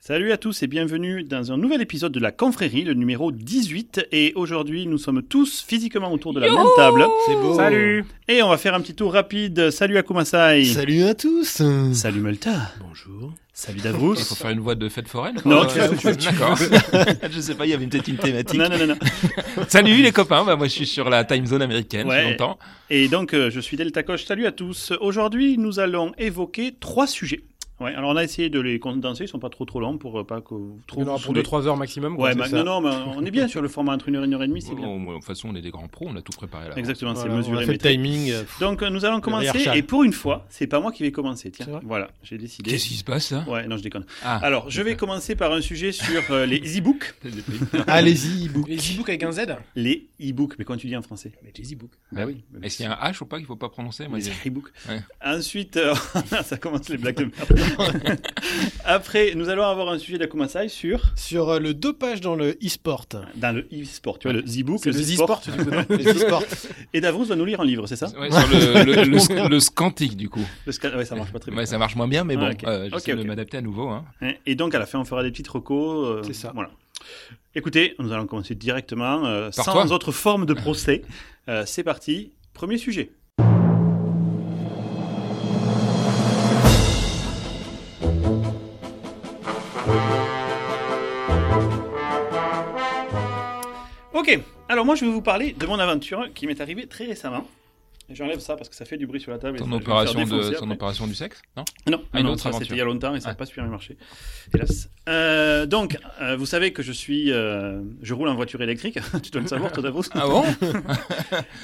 Salut à tous et bienvenue dans un nouvel épisode de la confrérie, le numéro 18. Et aujourd'hui, nous sommes tous physiquement autour de la même table. C'est beau. Salut Et on va faire un petit tour rapide. Salut à Kumasai. Salut à tous. Salut Multa. Bonjour. Salut Davrous. Il faut faire une voix de fête foraine Non, Ouais, tu fais ce que tu veux. D'accord. Je sais pas, il y avait peut-être une thématique. Non, non, non, non. Salut les copains, bah, moi je suis sur la time zone américaine, Ouais. c'est longtemps. Et donc, euh, je suis Delta Coche. Salut à tous. Aujourd'hui, nous allons évoquer trois sujets. Ouais, alors on a essayé de les condenser, ils sont pas trop trop longs pour euh, pas que vous Il y en trop. aura vous pour saoulez. 2-3 heures maximum. quoi, Ouais, c'est bah, ça. non, non, mais on est bien sur le format entre une heure et une heure et demie, c'est bien. Bon, de toute façon, on est des grands pros, on a tout préparé là. Exactement, Voilà, hein, c'est on a mesuré. fait le maîtrisé. timing. euh, pff, Donc euh, nous allons commencer Richard. et pour une fois, c'est pas moi qui vais commencer. C'est Tiens, vrai voilà, j'ai décidé. Qu'est-ce qui se passe là Ouais, non, je déconne. Ah, Alors, je vais commencer par un sujet sur euh, les e-books. Allez-y, hibou. Les e-books avec un Z Les e-books, mais quand tu dis en français Mais les e-books. Bah oui. est-ce qu'il y a un H ou pas qu'il faut pas prononcer moi, Les c'est- e-books. Ouais. Ensuite, euh, ça commence les blagues de merde. Après, nous allons avoir un sujet d'Akumasai sur Sur euh, le dopage dans le e-sport. dans le e-sport. Tu vois, le e-book, C'est le le e-sport. e-sport, du coup. non Les e-sports. Et Davrous va nous lire un livre, c'est ça Ouais, sur le, le, le sc- le scantic du coup. Le scan- ouais, ça marche pas très bien. Ouais, ça marche moins bien, mais bon, Ah, ok. euh, j'essaie Ok, de ok. m'adapter à nouveau. Hein. Hein, Et donc, à la fin, on fera des petites recos. euh, C'est ça. Voilà. Écoutez, nous allons commencer directement, euh, Par sans toi. autre forme de procès. Euh, c'est parti. Premier sujet. Ok, alors moi je vais vous parler de mon aventure qui m'est arrivée très récemment. Et J'enlève ça parce que ça fait du bruit sur la table. et Ton ça- je vais me faire opération, de, défoncer ton après. opération du sexe Non Non, Ah, une non, autre ça, aventure. c'était il y a longtemps et ça n'a Ah. pas super bien marché, hélas. Euh, donc, euh, vous savez que je suis, euh, je roule en voiture électrique, tu dois le savoir, toi Davos. Ah bon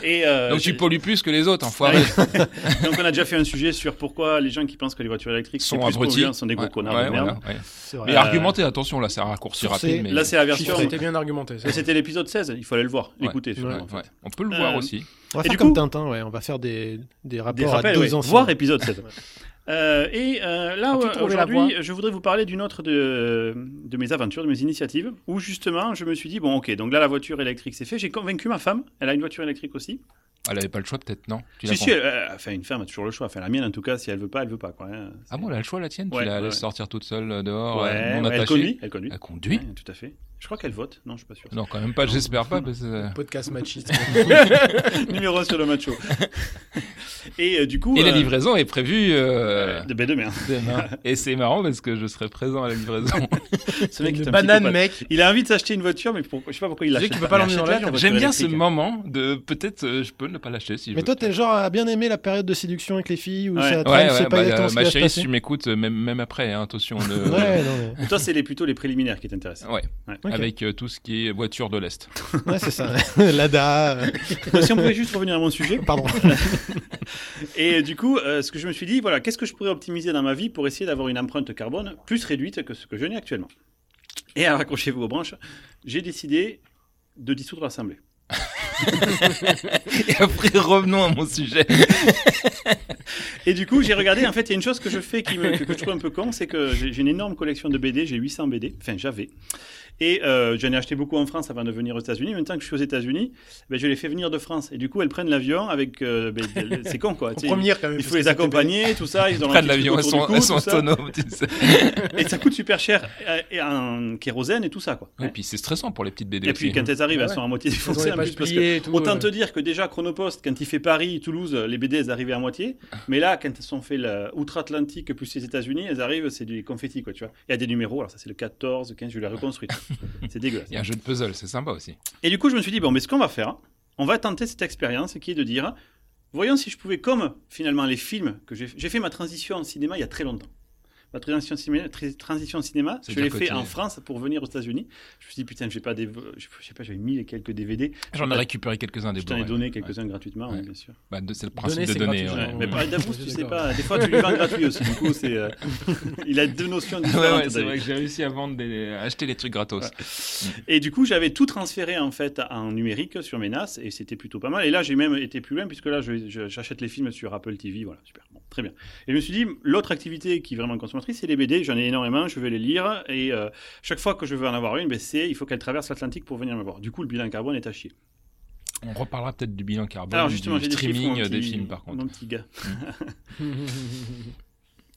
Et euh, Donc j'ai- tu pollues plus que les autres, enfoiré. donc on a déjà fait un sujet sur pourquoi les gens qui pensent que les voitures électriques Ils sont c'est plus abrutis. polluants sont des gros Ouais, connards ouais, de merde. voilà, ouais. C'est vrai. Mais Euh, argumenter, attention là, c'est un raccourci sur rapide. ces- Mais... Là, c'est la version. Chiffré, T'es bien argumenté. ça. Et c'était l'épisode 16, il fallait le voir, Ouais, l'écouter. Ouais, surtout, en fait. ouais. On peut le voir Euh, aussi. On va Et faire du comme coup- Tintin, ouais. On va faire des, des Des rapports à rappels, deux ouais. anciens. voir épisode 7. Euh, et euh, là, Quand tu euh, trouveras la aujourd'hui, je voudrais vous parler d'une autre de, de mes aventures, de mes initiatives, où justement, je me suis dit, bon, ok, donc là, la voiture électrique, c'est fait. J'ai convaincu ma femme, elle a une voiture électrique aussi. Elle avait pas le choix peut-être, non Tu Si, l'as si, elle- euh, enfin, une femme a toujours le choix. Enfin, la mienne, en tout cas, si elle veut pas, elle veut pas. Quoi, hein. Ah bon, elle a le choix, la tienne Ouais, Tu la ouais, laisses ouais. sortir toute seule euh, dehors, Ah Ouais, Ah, euh, non ouais, elle attachée conduit. Elle conduit. Elle conduit Ouais, tout à fait. Je crois qu'elle vote. Non, je suis pas sûr. Non, quand même pas, j'espère pas. Parce que... Podcast machiste. Numéro un sur le macho. et euh, du coup. Et la euh, livraison est prévue euh, euh, de ben, demain. demain. Et c'est marrant parce que je serai présent à la livraison. Ce mec Une est un petit banane, copain. mec. Il a envie de s'acheter une voiture, mais pour- je sais pas pourquoi il Tu sais l'achète. qu'il peut pas l'emmener dans Achète-la, l'avion. ta voiture J'aime bien ce électrique. hein. moment de peut-être euh, je peux ne pas lâcher si je Mais veux. toi, t'es le genre à bien aimer la période de séduction avec les filles où Ouais. ça traîne, Ouais, c'est ouais, pas bah, exactement euh, ce qui ma va se chérie, si passer. tu m'écoutes, euh, même, même après, hein, attention, euh, ne- Ouais, non, Toi, c'est les, plutôt les préliminaires qui t'intéressent. Ouais, Ok. avec euh, tout ce qui est voiture de l'Est. mais... ouais, c'est ça. Lada. euh, si on pouvait juste revenir à mon sujet. Pardon. Et euh, du coup, euh, ce que je me suis dit, voilà, qu'est-ce que je pourrais optimiser dans ma vie pour essayer d'avoir une empreinte carbone plus réduite que ce que je n'ai actuellement Et alors, accrochez-vous aux branches, j'ai décidé de dissoudre l'Assemblée. Et après, revenons à mon sujet. Et du coup, j'ai regardé, en fait, il y a une chose que je fais qui me, que, que je trouve un peu con, c'est que j'ai j'ai une énorme collection de BD, j'ai 800 BD, enfin j'avais. Et euh, j'en ai acheté beaucoup en France avant de venir aux États-Unis. En Même temps que je suis aux États-Unis, ben, je les fais venir de France. Et du coup, elles prennent l'avion avec. euh, ben, c'est con quoi. En tu sais, première, quand même. Il faut les accompagner, tout ça. Ils ont Près de l'avion, elles autour du sont, cou, elles tout sont ça. autonomes, tu sais. Et ça coûte super cher euh, et en kérosène et tout ça. Quoi. Et puis c'est stressant pour les petites BD Et puis aussi. hein. quand elles arrivent, Ah elles ouais. sont à moitié Ils ont défoncées les en pages plus, parce que- pliées et tout, Autant euh. te dire que déjà Chronopost, quand il fait Paris, Toulouse, les BD elles arrivaient à moitié. Ah. Mais là, quand elles sont fait la- outre-Atlantique plus les États-Unis, elles arrivent, c'est du confetti quoi, tu vois. Il y a des numéros, alors ça c'est le 14, le 15, je l'ai reconstruite. c'est dégueulasse. Il y a un jeu de puzzle, c'est sympa aussi. Et du coup, je me suis dit, bon, mais ce qu'on va faire, on va tenter cette expérience qui est de dire, voyons si je pouvais, comme finalement les films, que j'ai j'ai fait ma transition en cinéma il y a très longtemps. Ma transition cinéma, tri- transition cinéma je l'ai C'est-à-dire que fait tu- en France pour venir aux États-Unis. Je me suis dit, putain, j'ai pas des. Je sais pas, j'avais mis les quelques DVD. J'en ai récupéré quelques-uns des Je t'en ai donné Blu-ray. quelques-uns gratuitement, oui, Ouais. bien sûr. Bah, de- c'est le principe Donner, de c'est donner. gratuit, ouais. Mais Ouais. pas Davos, Je tu suis sais d'accord. pas. Des fois, tu lui vends gratuit aussi. Du coup, c'est. euh, Il a deux notions Ouais, différentes. ouais, c'est David. vrai que j'ai réussi à vendre des... à acheter des trucs gratos. Et du coup, j'avais tout transféré en fait en numérique sur mes NAS et c'était plutôt pas mal. Et là, j'ai même été plus loin puisque là, je- je- j'achète les films sur Apple TV. Voilà, super. Bon, très bien. Et je me suis dit, l'autre activité qui est vraiment consommatrice, c'est les BD. J'en ai énormément, je vais les lire. Et euh, chaque fois que je veux en avoir une, ben, c'est il faut qu'elle traverse l'Atlantique pour venir me voir. Du coup, le bilan carbone est à chier. On reparlera peut-être du euh, bilan carbone, Alors, justement, du j'ai des chiffres, streaming mon euh, des petit- films par contre. Mon petit gars.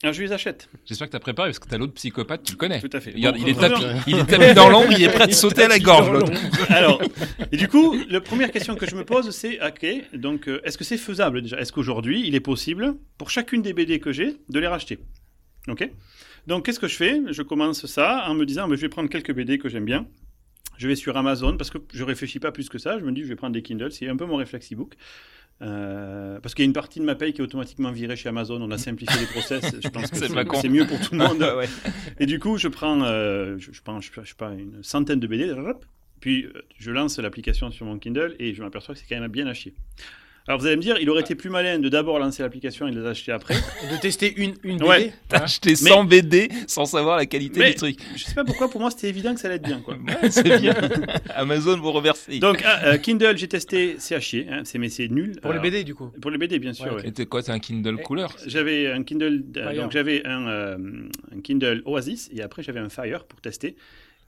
Ah, je les achète. J'espère que t'as préparé parce que t'as l'autre psychopathe, tu le connais. Tout à fait. Regarde, Bon, il, est revenons- tapis, il est tapis dans l'ombre, il est prêt de sauter à la gorge. l'autre. Alors, et du coup, la première question que je me pose, c'est ok, donc euh, est-ce que c'est faisable déjà Est-ce qu'aujourd'hui, il est possible pour chacune des BD que j'ai de les racheter Ok. Donc, qu'est-ce que je fais Je commence ça en me disant, mais je vais prendre quelques BD que j'aime bien. Je vais sur Amazon parce que je réfléchis pas plus que ça. Je me dis, je vais prendre des Kindle. C'est un peu mon réflexe e-book. Euh, parce qu'il y a une partie de ma paye qui est automatiquement virée chez Amazon. On a simplifié les process. Je pense que C'est c'est pas con. c'est mieux pour tout le monde. Ouais. Et du coup, je prends, euh, je, je prends, je, je sais pas, une centaine de BD, hop, puis euh, je lance l'application sur mon Kindle et je m'aperçois que c'est quand même bien à chier. Alors vous allez me dire, il aurait été plus malin de d'abord lancer l'application et de les acheter après. De tester une, une Ouais. BD. T'as acheté 100 BD sans savoir la qualité hein. Mais- du truc. Je sais pas pourquoi, pour moi c'était évident que ça allait être bien. Quoi. Ouais, c'est bien. Amazon vous remercie. Donc ah, euh, Kindle, j'ai testé, c'est à chier, hein, c'est mais c'est nul. Pour les Alors, BD, du coup. Pour les BD, bien sûr. Ouais, ouais. Et t'es quoi, t'es un Kindle Et- couleur J'avais un Kindle, euh, Fire. donc j'avais un, euh, un Kindle Oasis et après j'avais un Fire pour tester.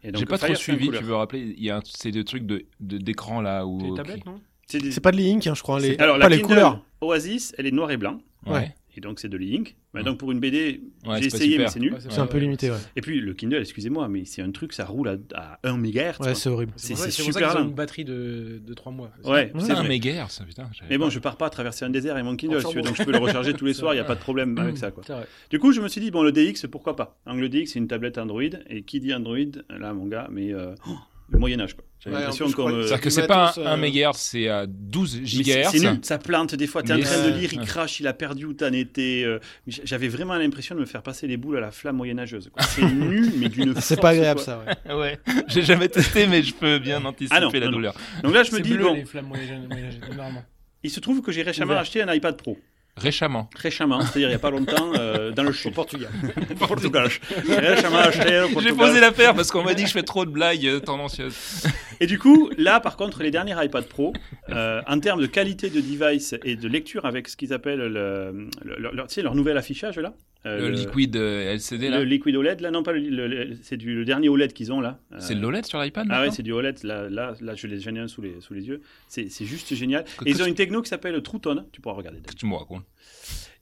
Et donc, J'ai pas trop Fire, c'est un suivi, couleur. tu veux rappeler, il y a un- ces deux trucs de- de- d'écran là T'as où. des tablettes, non C'est des- C'est pas de Link, hein, je crois. Les... c'est- Alors la pas les Kindle couleurs. Oasis, elle est noire et blanc. Ouais. Et donc, c'est de l'e-ink. Bah, Mm. donc, pour une BD, Ouais, j'ai c'est pas essayé, super. mais c'est nul. Ouais, C'est un peu limité, ouais. Et puis, le Kindle, excusez-moi, mais c'est un truc, ça roule à, à 1 MHz. Ouais, c'est horrible. C'est- pour ça- c'est pour ça super qu'ils ont lent. une batterie de, de 3 mois. Ouais, Ouais. c'est C'est un vrai. mégaire, ça, putain. j'avais Mais bon, pas- je pars pas traverser un désert et mon Kindle, En si tu veux, charbon. donc je peux le recharger tous les C'est soirs, il n'y a vrai. pas de problème avec ça. Quoi. C'est vrai. Du coup, je me suis dit, bon, le DX, pourquoi pas Donc, Le DX, c'est une tablette Android, et qui dit Android, là, mon gars, mais euh, oh, le Moyen-Âge, quoi. J'ai Ouais, en l'impression plus, je qu'on crois me- que C'est-à-dire que du c'est pas matos, un, euh, 1 mégaire, c'est à 12 Mais c'est- gigahertz. hein. C'est nul, ça plante des fois. T'es en Mais train c'est- de lire, il ouais. crache, il a perdu où t'en étais. euh, mais j- J'avais vraiment l'impression de me faire passer les boules à la flamme moyenâgeuse. quoi. C'est nul, mais d'une C'est force, pas agréable quoi. ça, ouais. Ouais, j'ai jamais testé, mais je peux bien anticiper Ah non, la non, non. douleur. Donc là, je me dis, bon, les flammes moyennes- moyennes, énormément. il se trouve que j'ai récemment Ouvert. acheté un iPad Pro. Réchamment. Récemment, c'est-à-dire il n'y a pas longtemps, euh, dans le sud. Au Portugal. Au Portugal. J'ai récemment acheté au J'ai Portugal. posé l'affaire parce qu'on m'a dit que je fais trop de blagues euh, tendancieuses. Et du coup, là, par contre, les derniers iPad Pro, euh, en termes de qualité de device et de lecture avec ce qu'ils appellent le, le- leur- leur- tu sais, leur nouvel affichage, là. euh, Le, liquide euh, LCD, là. Le liquide OLED, là, non, pas le, le- le- c'est du le dernier OLED qu'ils ont, là. Euh, C'est de l'OLED sur l'iPad Ah ouais, maintenant c'est du OLED. Là, là, là je les j'en ai un sous les, sous les yeux. C'est c'est juste génial. Que- Et que ils ont tu- une techno qui s'appelle Trouton. Tu pourras regarder. Que tu me racontes.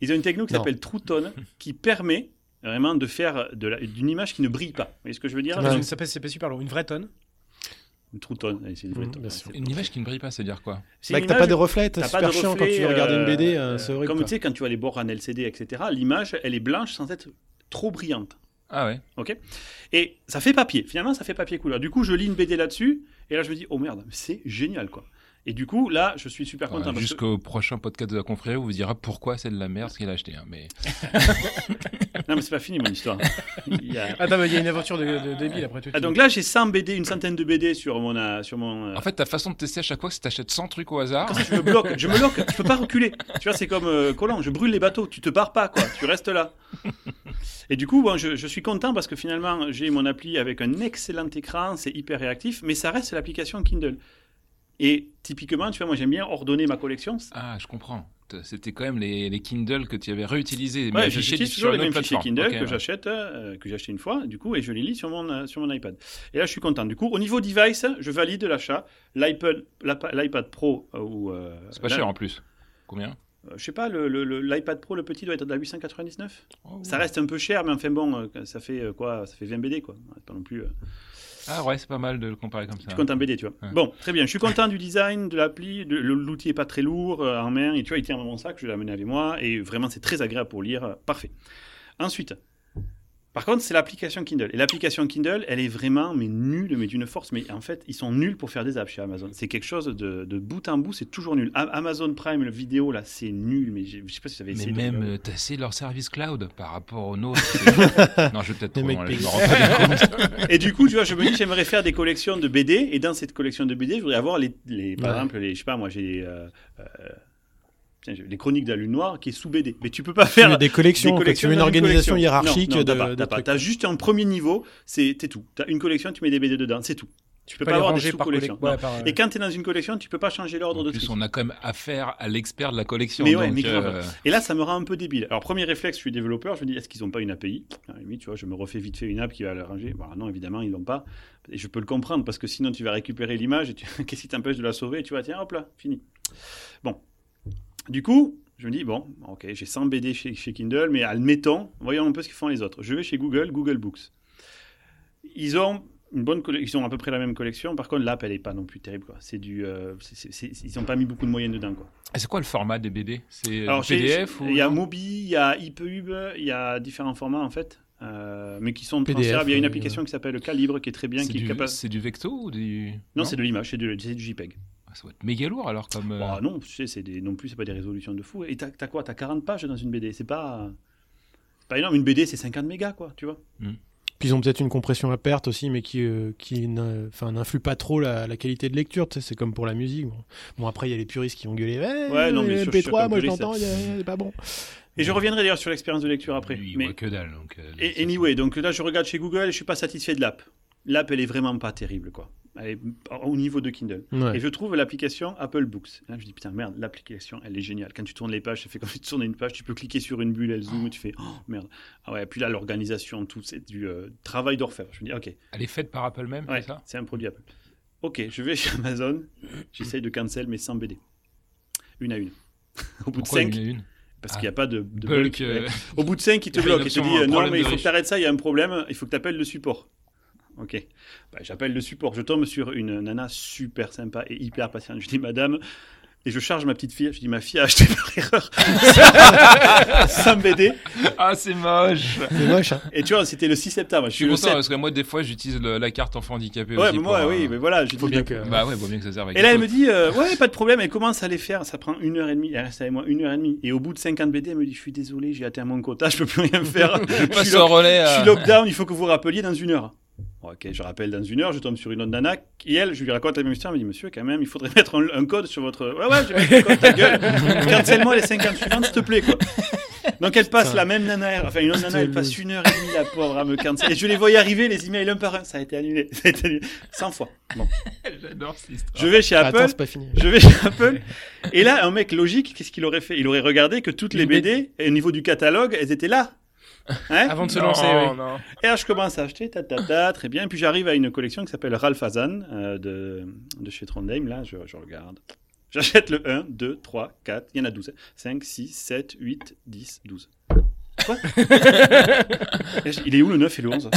Ils ont une techno qui Non. s'appelle Trouton qui permet vraiment de faire de la- d'une image qui ne brille pas. Vous voyez ce que je veux dire Ouais. Ça passe- C'est pas super long. Une vraie tonne. Une Trouton, allez, c'est une vraie Mhm, tonne, bien hein, sûr. c'est- Une image qui ne brille pas, c'est-à-dire quoi c'est Là une que t'as image- pas de reflets, c'est t'as super pas de chiant quand tu reflet, veux regarder une BD, euh, euh, c'est horrible. Comme quoi. tu sais, quand tu vas aller boire un LCD, etc., l'image, elle est blanche sans être trop brillante. Ah ouais. Et ça fait papier, finalement ça fait papier couleur. Du coup je lis une BD là-dessus, et là je me dis, oh merde, c'est génial quoi. Et du coup là je suis super Enfin, content. parce que- Jusqu'au prochain podcast de la confrérie, on vous dira pourquoi c'est de la merde ce qu'il a acheté. hein, Mais Non mais c'est pas fini mon histoire. Il y a- Attends, mais il y a une aventure de, de débile après tout. Ah, donc là j'ai 100 BD, une centaine de BD sur mon... euh, sur mon euh, en fait, ta façon de tester à chaque fois, c'est t'achètes 100 trucs au hasard. Comme ça, je me bloque, je me bloque, je peux pas reculer. Tu vois, c'est comme euh, Colomb, je brûle les bateaux, tu te barres pas, quoi, tu restes là. Et du coup, bon, je, je suis content parce que finalement, j'ai mon appli avec un excellent écran, c'est hyper réactif, mais ça reste l'application Kindle. Et typiquement, tu vois, moi j'aime bien ordonner ma collection. Ah, je comprends. T- C'était quand même les, les Kindle que tu avais réutilisés, mais Ouais, affichés j'utilise sur toujours les une mêmes autre fichiers plateforme. Kindle Ok, que ouais. j'achète, euh, que j'ai acheté une fois, du coup, et je les lis sur mon, euh, sur mon iPad. Et là, je suis content. Du coup, au niveau device, je valide l'achat. L'iPad l'iPa- l'iPad Pro euh, ou. euh, C'est pas la- cher en plus. Combien euh, Je sais pas, le- le- le- l'iPad Pro, le petit, doit être à 899 Oh, Ça reste un peu cher, mais enfin bon, euh, ça fait euh, quoi Ça fait 20 BD, quoi. Ouais, c'est Pas non plus. euh, Ah ouais, c'est pas mal de le comparer comme ça. Tu comptes un BD, tu vois. Ah. Ouais. Bon, très bien. Je suis content du design, de l'appli. de- le- L'outil est pas très lourd euh, en main. Et tu vois, il tient dans mon sac. Je l'ai amené avec moi. Et vraiment, c'est très agréable pour lire. euh, Parfait. Ensuite. Par contre, c'est l'application Kindle. Et l'application Kindle, elle est vraiment mais nulle, mais d'une force. Mais en fait, ils sont nuls pour faire des apps chez Amazon. C'est quelque chose de, de bout en bout, c'est toujours nul. A- Amazon Prime, le vidéo, là, c'est nul. Mais j'ai- je sais pas si vous avez Mais essayé. de- même euh, tasser leur service cloud par rapport au nôtre. c'est- non, je vais peut-être Les trop mecs loin, là, je payent. me rends pas bien compte. Et du coup, tu vois, je me dis, j'aimerais faire des collections de BD. Et dans cette collection de BD, je voudrais avoir les, les par Ouais. exemple, les, je sais pas, moi, j'ai euh, euh, tiens, j'ai les chroniques de la Lune Noire qui est sous BD. Mais tu peux pas Tu faire mets des collections, quoi, tu mets une dans organisation collection. hiérarchique Non, non, de, t'as pas, de t'as pas. trucs. T'as juste un premier niveau, c'est t'es tout. T'as une collection, tu mets des BD dedans, c'est tout. Tu peux pas, avoir des sous-collections. collect- ouais, Non. par, euh, Et quand t'es dans une collection, tu peux pas changer l'ordre En de plus, trucs. on a quand même affaire à l'expert de la collection. Mais ouais, donc, mais grave. euh, Et là, ça me rend un peu débile. Alors, premier réflexe, je suis développeur, je me dis, est-ce qu'ils n'ont pas une API À la limite, tu vois, je me refais vite fait une app qui va le ranger. Bon, non, évidemment, ils l'ont pas. Et je peux le comprendre parce que sinon, tu vas récupérer l'image et tu... qu'est-ce qui t'empêche de la sauver Tu vois, tiens, hop là, fini. Bon. Du coup, Je me dis, bon, ok, j'ai 100 BD chez, chez Kindle, mais admettons, voyons un peu ce qu'ils font les autres. Je vais chez Google, Google Books. Ils ont une bonne colle- ils ont à peu près la même collection. Par contre, l'app, elle est pas non plus terrible. Quoi. C'est du, euh, c'est- c'est- c'est- ils n'ont pas mis beaucoup de moyens dedans. Quoi. Et c'est quoi le format des BD C'est euh, Alors, du chez- PDF chez- ou Il y a non Mobi, il y a IPUB, il y a différents formats en fait, euh, mais qui sont PDF, transférables. Il y a une oui, application qui s'appelle Calibre qui est très bien, C'est qui est du, capable. c'est du vecto ou du Non, c'est de l'image, c'est du, c'est du JPEG. Ah, ça doit être méga lourd alors comme. euh, Bah non, tu sais, c'est des, non plus, c'est pas des résolutions de fou. Et t'as, t'as quoi T'as 40 pages dans une BD. C'est pas, c'est pas énorme. Une BD, c'est 50 mégas, quoi, tu vois. Puis ils ont peut-être une compression à perte aussi, mais qui, euh, qui n'in- enfin, n'influe pas trop la, la qualité de lecture. tu sais, C'est comme pour la musique. Bon. Bon, après, il y a les puristes qui vont gueuler. Eh, Ouais, non, mais le sur- sur MP3, comme moi je puriste, l'entends, il y a- il est pas bon. Et je reviendrai d'ailleurs sur l'expérience de lecture après. lui, il mais voit que dalle. Donc, euh, et, anyway, donc là, je regarde chez Google et je suis pas satisfait de l'app. L'app, elle est vraiment pas terrible, quoi. Elle est au niveau de Kindle. Et Ouais. je trouve l'application Apple Books. Là, je dis putain, merde, l'application, elle est géniale. Quand tu tournes les pages, ça fait comme si tu tournais une page, tu peux cliquer sur une bulle, elle zoome, et tu fais oh merde. Ah ouais, puis là, l'organisation, tout, c'est du euh, travail d'orfèvre. Je me dis, ok, Elle est faite par Apple même, ouais, c'est ça c'est un produit Apple. Ok, je vais chez Amazon, j'essaye de cancel mes 100 BD. Une à une. Au bout Pourquoi de 5, il y en a une parce Ah. qu'il n'y a pas de, de Bulk, bulk, euh, ouais. Au bout de 5, il te Il y a bloque, une il te option, dit un euh, non, problème mais de il faut que riche. tu arrêtes ça, il y a un problème, il faut que tu appelles le support. Ok. Bah, J'appelle le support, je tombe sur une nana super sympa et hyper patiente. Je dis madame, et je charge ma petite fille, je dis ma fille a acheté par erreur 100 BD. Ah, c'est moche C'est moche. hein. Et tu vois, c'était le 6 septembre, je Je suis suis le content 7. parce que moi, des fois, j'utilise le- la carte enfant handicapé Ouais, aussi. mais pour, moi, euh, oui, mais voilà, je Faut dis bien que. Bah ouais, vaut mieux que ça serve à Et là, elle quelque me chose. dit, euh, ouais, pas de problème, elle commence à les faire, ça prend une heure et demie, elle reste avec moi une heure et demie. Et au bout de 50 BD, elle me dit, je suis désolé, j'ai atteint mon quota, je peux plus rien faire. Je suis passe lock- au relais. Je suis euh, lockdown, il faut que vous rappeliez dans une heure. Bon, Ok, je rappelle dans une heure, je tombe sur une autre nana, et elle, je lui raconte la même histoire, elle me dit, monsieur, quand même, il faudrait mettre un, un code sur votre... Ouais, ouais, j'ai mis le code, ta gueule. Cancelle-moi les 50 suivantes, s'il te plaît, quoi. Donc elle passe Putain. la même nana, enfin une autre nana, C'était elle passe lourd. une heure et demie, la pauvre, à me cancel. Et je les voyais arriver, les emails, un par un, ça a été annulé, ça a été annulé, 100 fois. Bon. J'adore cette histoire. Je vais chez Apple, Attends, c'est pas fini. je vais chez Apple. Et là, un mec logique, qu'est-ce qu'il aurait fait Il aurait regardé que toutes les Une BD. BD, au niveau du catalogue, elles étaient là. Hein Avant de se Non, lancer, oui. non. et là, je commence à acheter, ta, ta, ta, très bien. Et puis j'arrive à une collection qui s'appelle Ralph Hazan euh, de, de chez Trondheim. Là, je, je regarde. J'achète le 1, 2, 3, 4, il y en a 12. 5, 6, 7, 8, 10, 12. Quoi Et je- Il est où le 9 et le 11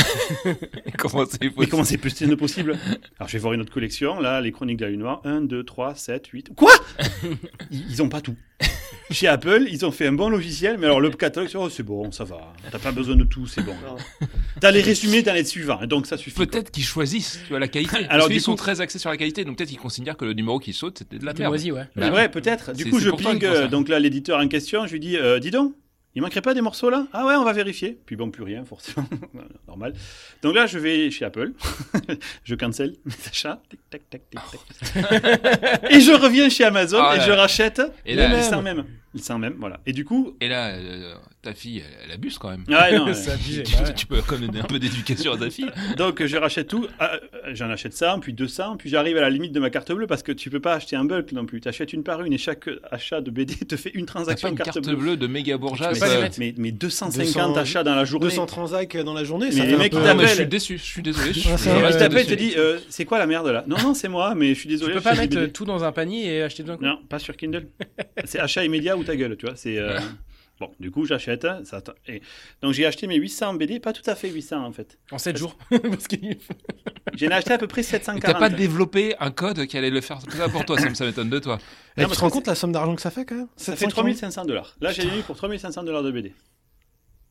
Comment c'est Mais possible comment c'est possible possible Alors je vais voir une autre collection, là, les chroniques de la Lune Noire. 1, 2, 3, 7, 8. Quoi Ils ils ont pas tout. Chez Apple, ils ont fait un bon logiciel, mais alors le catalogue, c'est- oh, c'est bon, ça va. T'as pas besoin de tout, c'est bon. T'as les résumés dans les suivants, et donc ça suffit. quoi. Peut-être qu'ils choisissent, tu vois, la qualité. Alors, Alors, du ils sont coup- très axés sur la qualité, donc peut-être qu'ils considèrent que le numéro qui saute, c'était de la T'es merde. moisi, ouais. C'est Bah, vrai, peut-être. Du C'est- coup, c'est je pour toi, ping, ils font ça. euh, donc là, l'éditeur en question, je lui dis, euh, dis donc, il manquerait pas des morceaux là Ah ouais, on va vérifier. Puis bon, plus rien, forcément, normal. Donc là, je vais chez Apple, je cancel mes achats, tic tac tac tic tac. et je reviens chez Amazon Ah et Oh. là je là. rachète Et le là, même. elle- sans même. Le sans même, voilà. Et du coup, Et là, euh, ta fille, elle, elle abuse quand même. ah ouais, non, C'est ouais. abusé. Tu- bah ouais. Tu peux quand même donner un peu d'éducation à ta fille. donc je rachète tout, Ah, euh, j'en achète ça, puis 200, puis j'arrive à la limite de ma carte bleue parce que tu peux pas acheter un bulk non plus. T'achètes une par une et chaque achat de BD te fait une T'as pas transaction une carte bleue. bleue de méga euh, bourgeois. Mais, pas ça- les mettre. mais- mais 250 200 achats dans la journée. 200 transacs dans la journée. Mais ça les fait un mecs peu- t'appellent. je suis déçu, je suis désolé. Je, Ah, je ça va. Il reste t'appelle, il te déçu. dit euh, C'est quoi la merde là Non, non, c'est moi, mais je suis Tu désolé. peux je pas fais du mettre BD. euh, tout dans un panier et acheter d'un coup. Non, pas sur Kindle. c'est achat immédiat ou ta gueule, tu vois. C'est. euh, Bon, du coup, j'achète. hein, ça t- et- Donc, j'ai acheté mes 800 BD, pas tout à fait 800 en fait. En 7 jours. Parce qu'il- J'en ai acheté à peu près Mais 740. T'as pas développé un code qui allait le faire ça pour toi, ça, ça m'étonne de toi. Eh, Non, Tu parce te rends que compte la somme d'argent que ça fait quand même Ça fait 3500 dollars. Là, j'ai eu pour 3500 dollars de BD.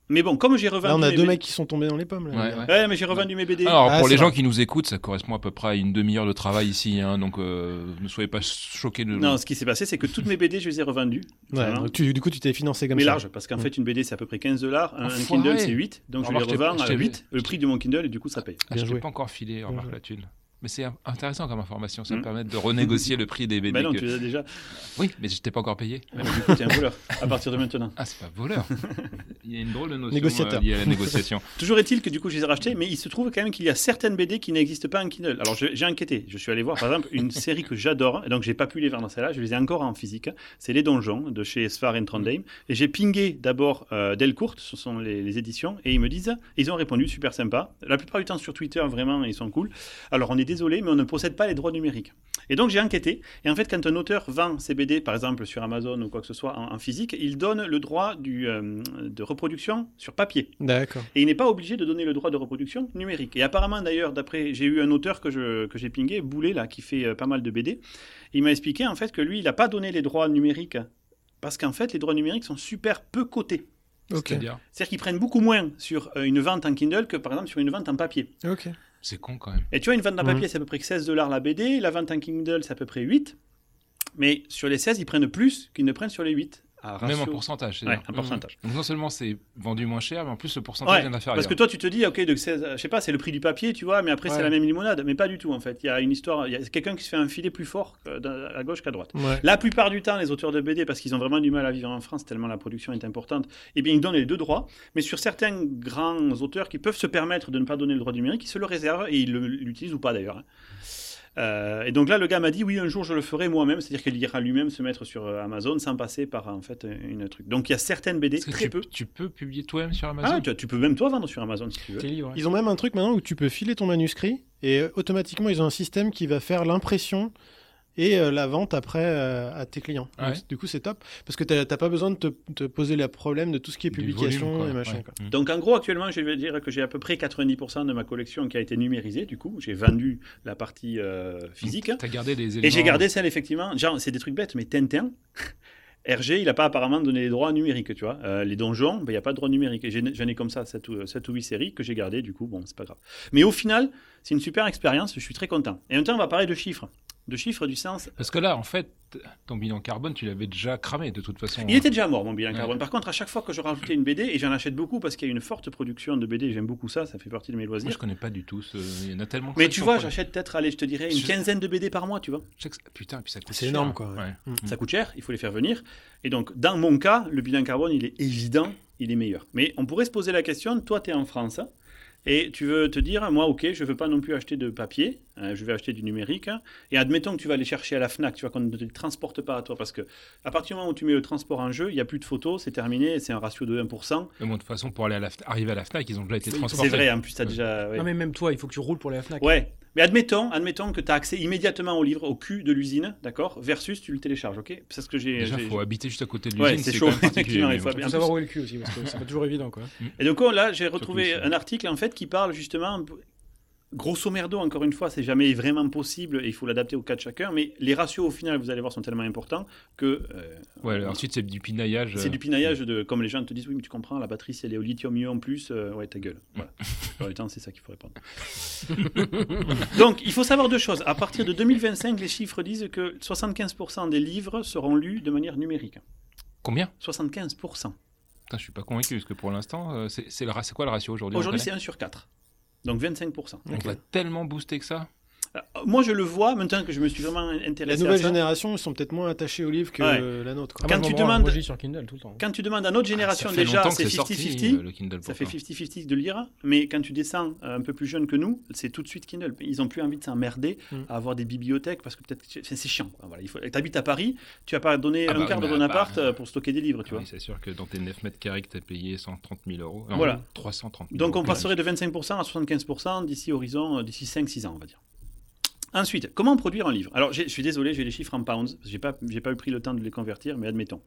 Mais bon, comme j'ai revendu. Là, on a mes deux BD mecs qui sont tombés dans les pommes. là. Ouais, ouais. Ouais, mais j'ai revendu mes BD. Alors, Ah, pour c'est les gens vrai. qui nous écoutent, ça correspond à peu près à une demi-heure de travail ici, hein, donc euh, ne soyez pas choqués de. Non, ce qui s'est passé, c'est que toutes mes BD, je les ai revendues. hein. Ouais, Vraiment. donc tu- du coup, tu t'es financé comme Mais ça. large, parce qu'en Mm. fait, une BD, c'est à peu près 15 dollars. Un Enfoiré. Kindle, c'est 8. Donc, je Remarque, les je t'ai- revends je à t'ai- 8, le prix de mon Kindle, et du coup, ça paye. Ah, Bien je t'ai joué. pas encore filé, remarque joué. la thune. Mais c'est un- intéressant comme information, ça Hmm. me permet de renégocier le prix des BD. Mais Ben non, que- tu les as déjà. Oui, mais je t'ai pas encore payé. Ouais, mais du coup, t'es un voleur à partir de maintenant. Ah, c'est pas voleur. Il y a une drôle de notion Négociateur. euh, liée à la négociation. Toujours est-il que du coup, je les ai rachetés, mais il se trouve quand même qu'il y a certaines BD qui n'existent pas en Kindle. Alors, je- j'ai inquiété. Je suis allé voir, par exemple, une série que j'adore, et donc j'ai pas pu les vendre dans celle-là, je les ai encore en physique. C'est Les Donjons de chez Sfar and Trondheim. Et j'ai pingé d'abord euh, Delcourt, ce sont les, les éditions, et ils me disent, ils ont répondu super sympa. La plupart du temps sur Twitter, vraiment, ils sont cool. Alors, on est désolé, mais on ne possède pas les droits numériques. Et donc j'ai enquêté. Et en fait, quand un auteur vend ses BD, par exemple sur Amazon ou quoi que ce soit en, en physique, il donne le droit du, euh, de reproduction sur papier. D'accord. Et il n'est pas obligé de donner le droit de reproduction numérique. Et apparemment, d'ailleurs, d'après, j'ai eu un auteur que, je, que j'ai pingé, Boulet, là, qui fait euh, pas mal de BD. Il m'a expliqué en fait que lui, il n'a pas donné les droits numériques parce qu'en fait, les droits numériques sont super peu cotés. Ok. C'est-à-dire, C'est-à-dire qu'ils prennent beaucoup moins sur euh, une vente en Kindle que par exemple sur une vente en papier. Ok. c'est con quand même. Et tu vois, une vente en Mhm. papier, c'est à peu près que 16 dollars la BD, la vente en Kindle, c'est à peu près 8. Mais sur les 16, ils prennent plus qu'ils ne prennent sur les 8. à Même en ratio- pourcentage. Ouais, c'est-à-dire. en pourcentage. Donc non seulement c'est vendu moins cher, mais en plus le pourcentage Ouais, vient d'affaire. parce que toi, tu te dis, ok, donc 16, euh, je sais pas, c'est le prix du papier, tu vois, mais après, c'est Ouais. la même limonade. Mais pas du tout, en fait. Il y a une histoire, il y a quelqu'un qui se fait un filet plus fort euh, d'un- à gauche qu'à droite. Ouais. La plupart du temps, les auteurs de BD, parce qu'ils ont vraiment du mal à vivre en France, tellement la production est importante, eh bien, ils donnent les deux droits. Mais sur certains grands auteurs qui peuvent se permettre de ne pas donner le droit numérique, ils se le réservent et ils le- l'utilisent ou pas d'ailleurs. hein. Euh, et donc là, le gars m'a dit oui, un jour je le ferai moi-même, c'est-à-dire qu'il ira lui-même se mettre sur euh, Amazon sans passer par en fait une truc. Donc il y a certaines BD Est-ce que très tu, peu. tu peux publier toi-même sur Amazon Ah, tu, tu peux même toi vendre sur Amazon si tu veux. Tes livres. Ils ont même un truc maintenant où tu peux filer ton manuscrit et euh, automatiquement ils ont un système qui va faire l'impression et euh, la vente après euh, à tes clients. Ah ouais. Donc, du coup, c'est top parce que t'as t'as pas besoin de te, te poser le problème de tout ce qui est Du publication volume, quoi. et machin. Ouais. quoi. Mm. Donc en gros, actuellement, je vais dire que j'ai à peu près 90% de ma collection qui a été numérisée. Du coup, j'ai vendu la partie euh, physique. T'as gardé les éléments. euh, Et j'ai gardé celle, effectivement. Genre, c'est des trucs bêtes, mais Tintin, RG, il n'a pas apparemment donné les droits numériques, tu vois. Euh, les donjons, ben, il n'y a pas de droits numériques. Et j'ai- j'en ai comme ça euh, 7 ou, 8 séries que j'ai gardées, du coup, bon, c'est pas grave. Mais au final, c'est une super expérience, je suis très content. Et en même temps, on va parler de chiffres. De chiffres du sens. Parce que là, en fait, ton bilan carbone, tu l'avais déjà cramé de toute façon. Il était déjà mort, mon bilan Ouais. carbone. Par contre, à chaque fois que je rajoutais une BD, et j'en achète beaucoup parce qu'il y a une forte production de BD, j'aime beaucoup ça, ça fait partie de mes Moi, je loisirs. connais pas du tout. ce- Il y en a tellement. que Mais ça tu qui vois, sont j'achète peut-être, allez, je te dirais, une Je- quinzaine de BD par mois, tu vois. Mhm. prenés. Putain, et puis ça coûte C'est cher. énorme, quoi, ouais. Mm. Ça coûte cher, il faut les faire venir. Et donc, dans mon cas, le bilan carbone, il est évident, il est meilleur. Mais on pourrait se poser la question, toi, tu es en France, hein, et tu veux te dire, moi, ok, je veux pas non plus acheter de papier, hein, je vais acheter du numérique. hein. et admettons que tu vas aller chercher à la FNAC, tu vois, qu'on ne te le transporte pas à toi, parce que à partir du moment où tu mets le transport en jeu, il n'y a plus de photos, c'est terminé, c'est un ratio de 1%. Mais bon, de toute façon, pour aller à la Fnac- arriver à la Fnac, ils ont déjà été C'est transportés. vrai, en plus, tu as déjà... ouais. Non, mais même toi, il faut que tu roules pour la Fnac. Ouais. Mais admettons, admettons que tu as accès immédiatement au livre, au cul de l'usine, d'accord, versus tu le télécharges, ok euh, C'est ce que j'ai... Déjà, j'ai- faut habiter juste à côté de Ouais, l'usine. c'est c'est chaud, quand même particulier, effectivement, mais il faut bon. bien Faut savoir où est le cul aussi, parce que c'est pas toujours évident, quoi. Et donc oh, là, j'ai retrouvé Surtout un article en fait qui parle justement, grosso merdo, encore une fois, c'est jamais vraiment possible et il faut l'adapter au cas de chacun, mais les ratios au final, vous allez voir, sont tellement importants que euh, Ouais, alors, ensuite, c'est du pinaillage. c'est euh, du pinaillage de, comme les gens te disent, oui, mais tu comprends, la batterie c'est au lithium-ion en plus, euh, ouais, ta gueule. Voilà. Alors, le temps, c'est ça qu'il faut répondre. donc, il faut savoir deux choses. À partir de 2025, les chiffres disent que 75% des livres seront lus de manière numérique. Combien 75%. Putain, je suis pas convaincu, parce que pour l'instant, euh, c'est c'est le ra- c'est quoi le ratio aujourd'hui on Aujourd'hui, connaît c'est 1 sur 4. Donc 25%. On va tellement booster que ça. Euh, Moi, je le vois maintenant que je me suis vraiment La intéressé à nouvelle ça. génération, ils sont peut-être moins attachés au livre que Ouais. euh, la nôtre. quoi. Ah, Quand moi, tu je me branle, demandes- Moi, je lis sur Kindle tout le temps. Quand tu demandes à notre génération, Ah, ça fait déjà, longtemps que c'est c'est sorti, 50-50. euh, le Kindle. Ça pour fait 50-50 de lire, hein. mais quand tu descends euh, un peu plus jeune que nous, c'est tout de suite Kindle. Ils n'ont plus envie de s'emmerder Mm. à avoir des bibliothèques parce que peut-être que c'est c'est chiant. quoi. Voilà, il faut... T'habites à Paris, tu vas pas donner Ah un bah quart oui, de mais ton à appart Paris. euh, pour stocker des livres, tu Ah vois. oui, c'est sûr que dans tes 9 mètres carrés que t'as payé 130 000 euros. Non, Voilà. 330 000 Donc on euros. passerait de 25% à 75% d'ici horizon, euh, d'ici 5-6 ans, on va dire. Ensuite, comment produire un livre Alors j'ai- je suis désolé, j'ai les chiffres en pounds, j'ai pas, j'ai pas eu pris le temps de les convertir, mais admettons.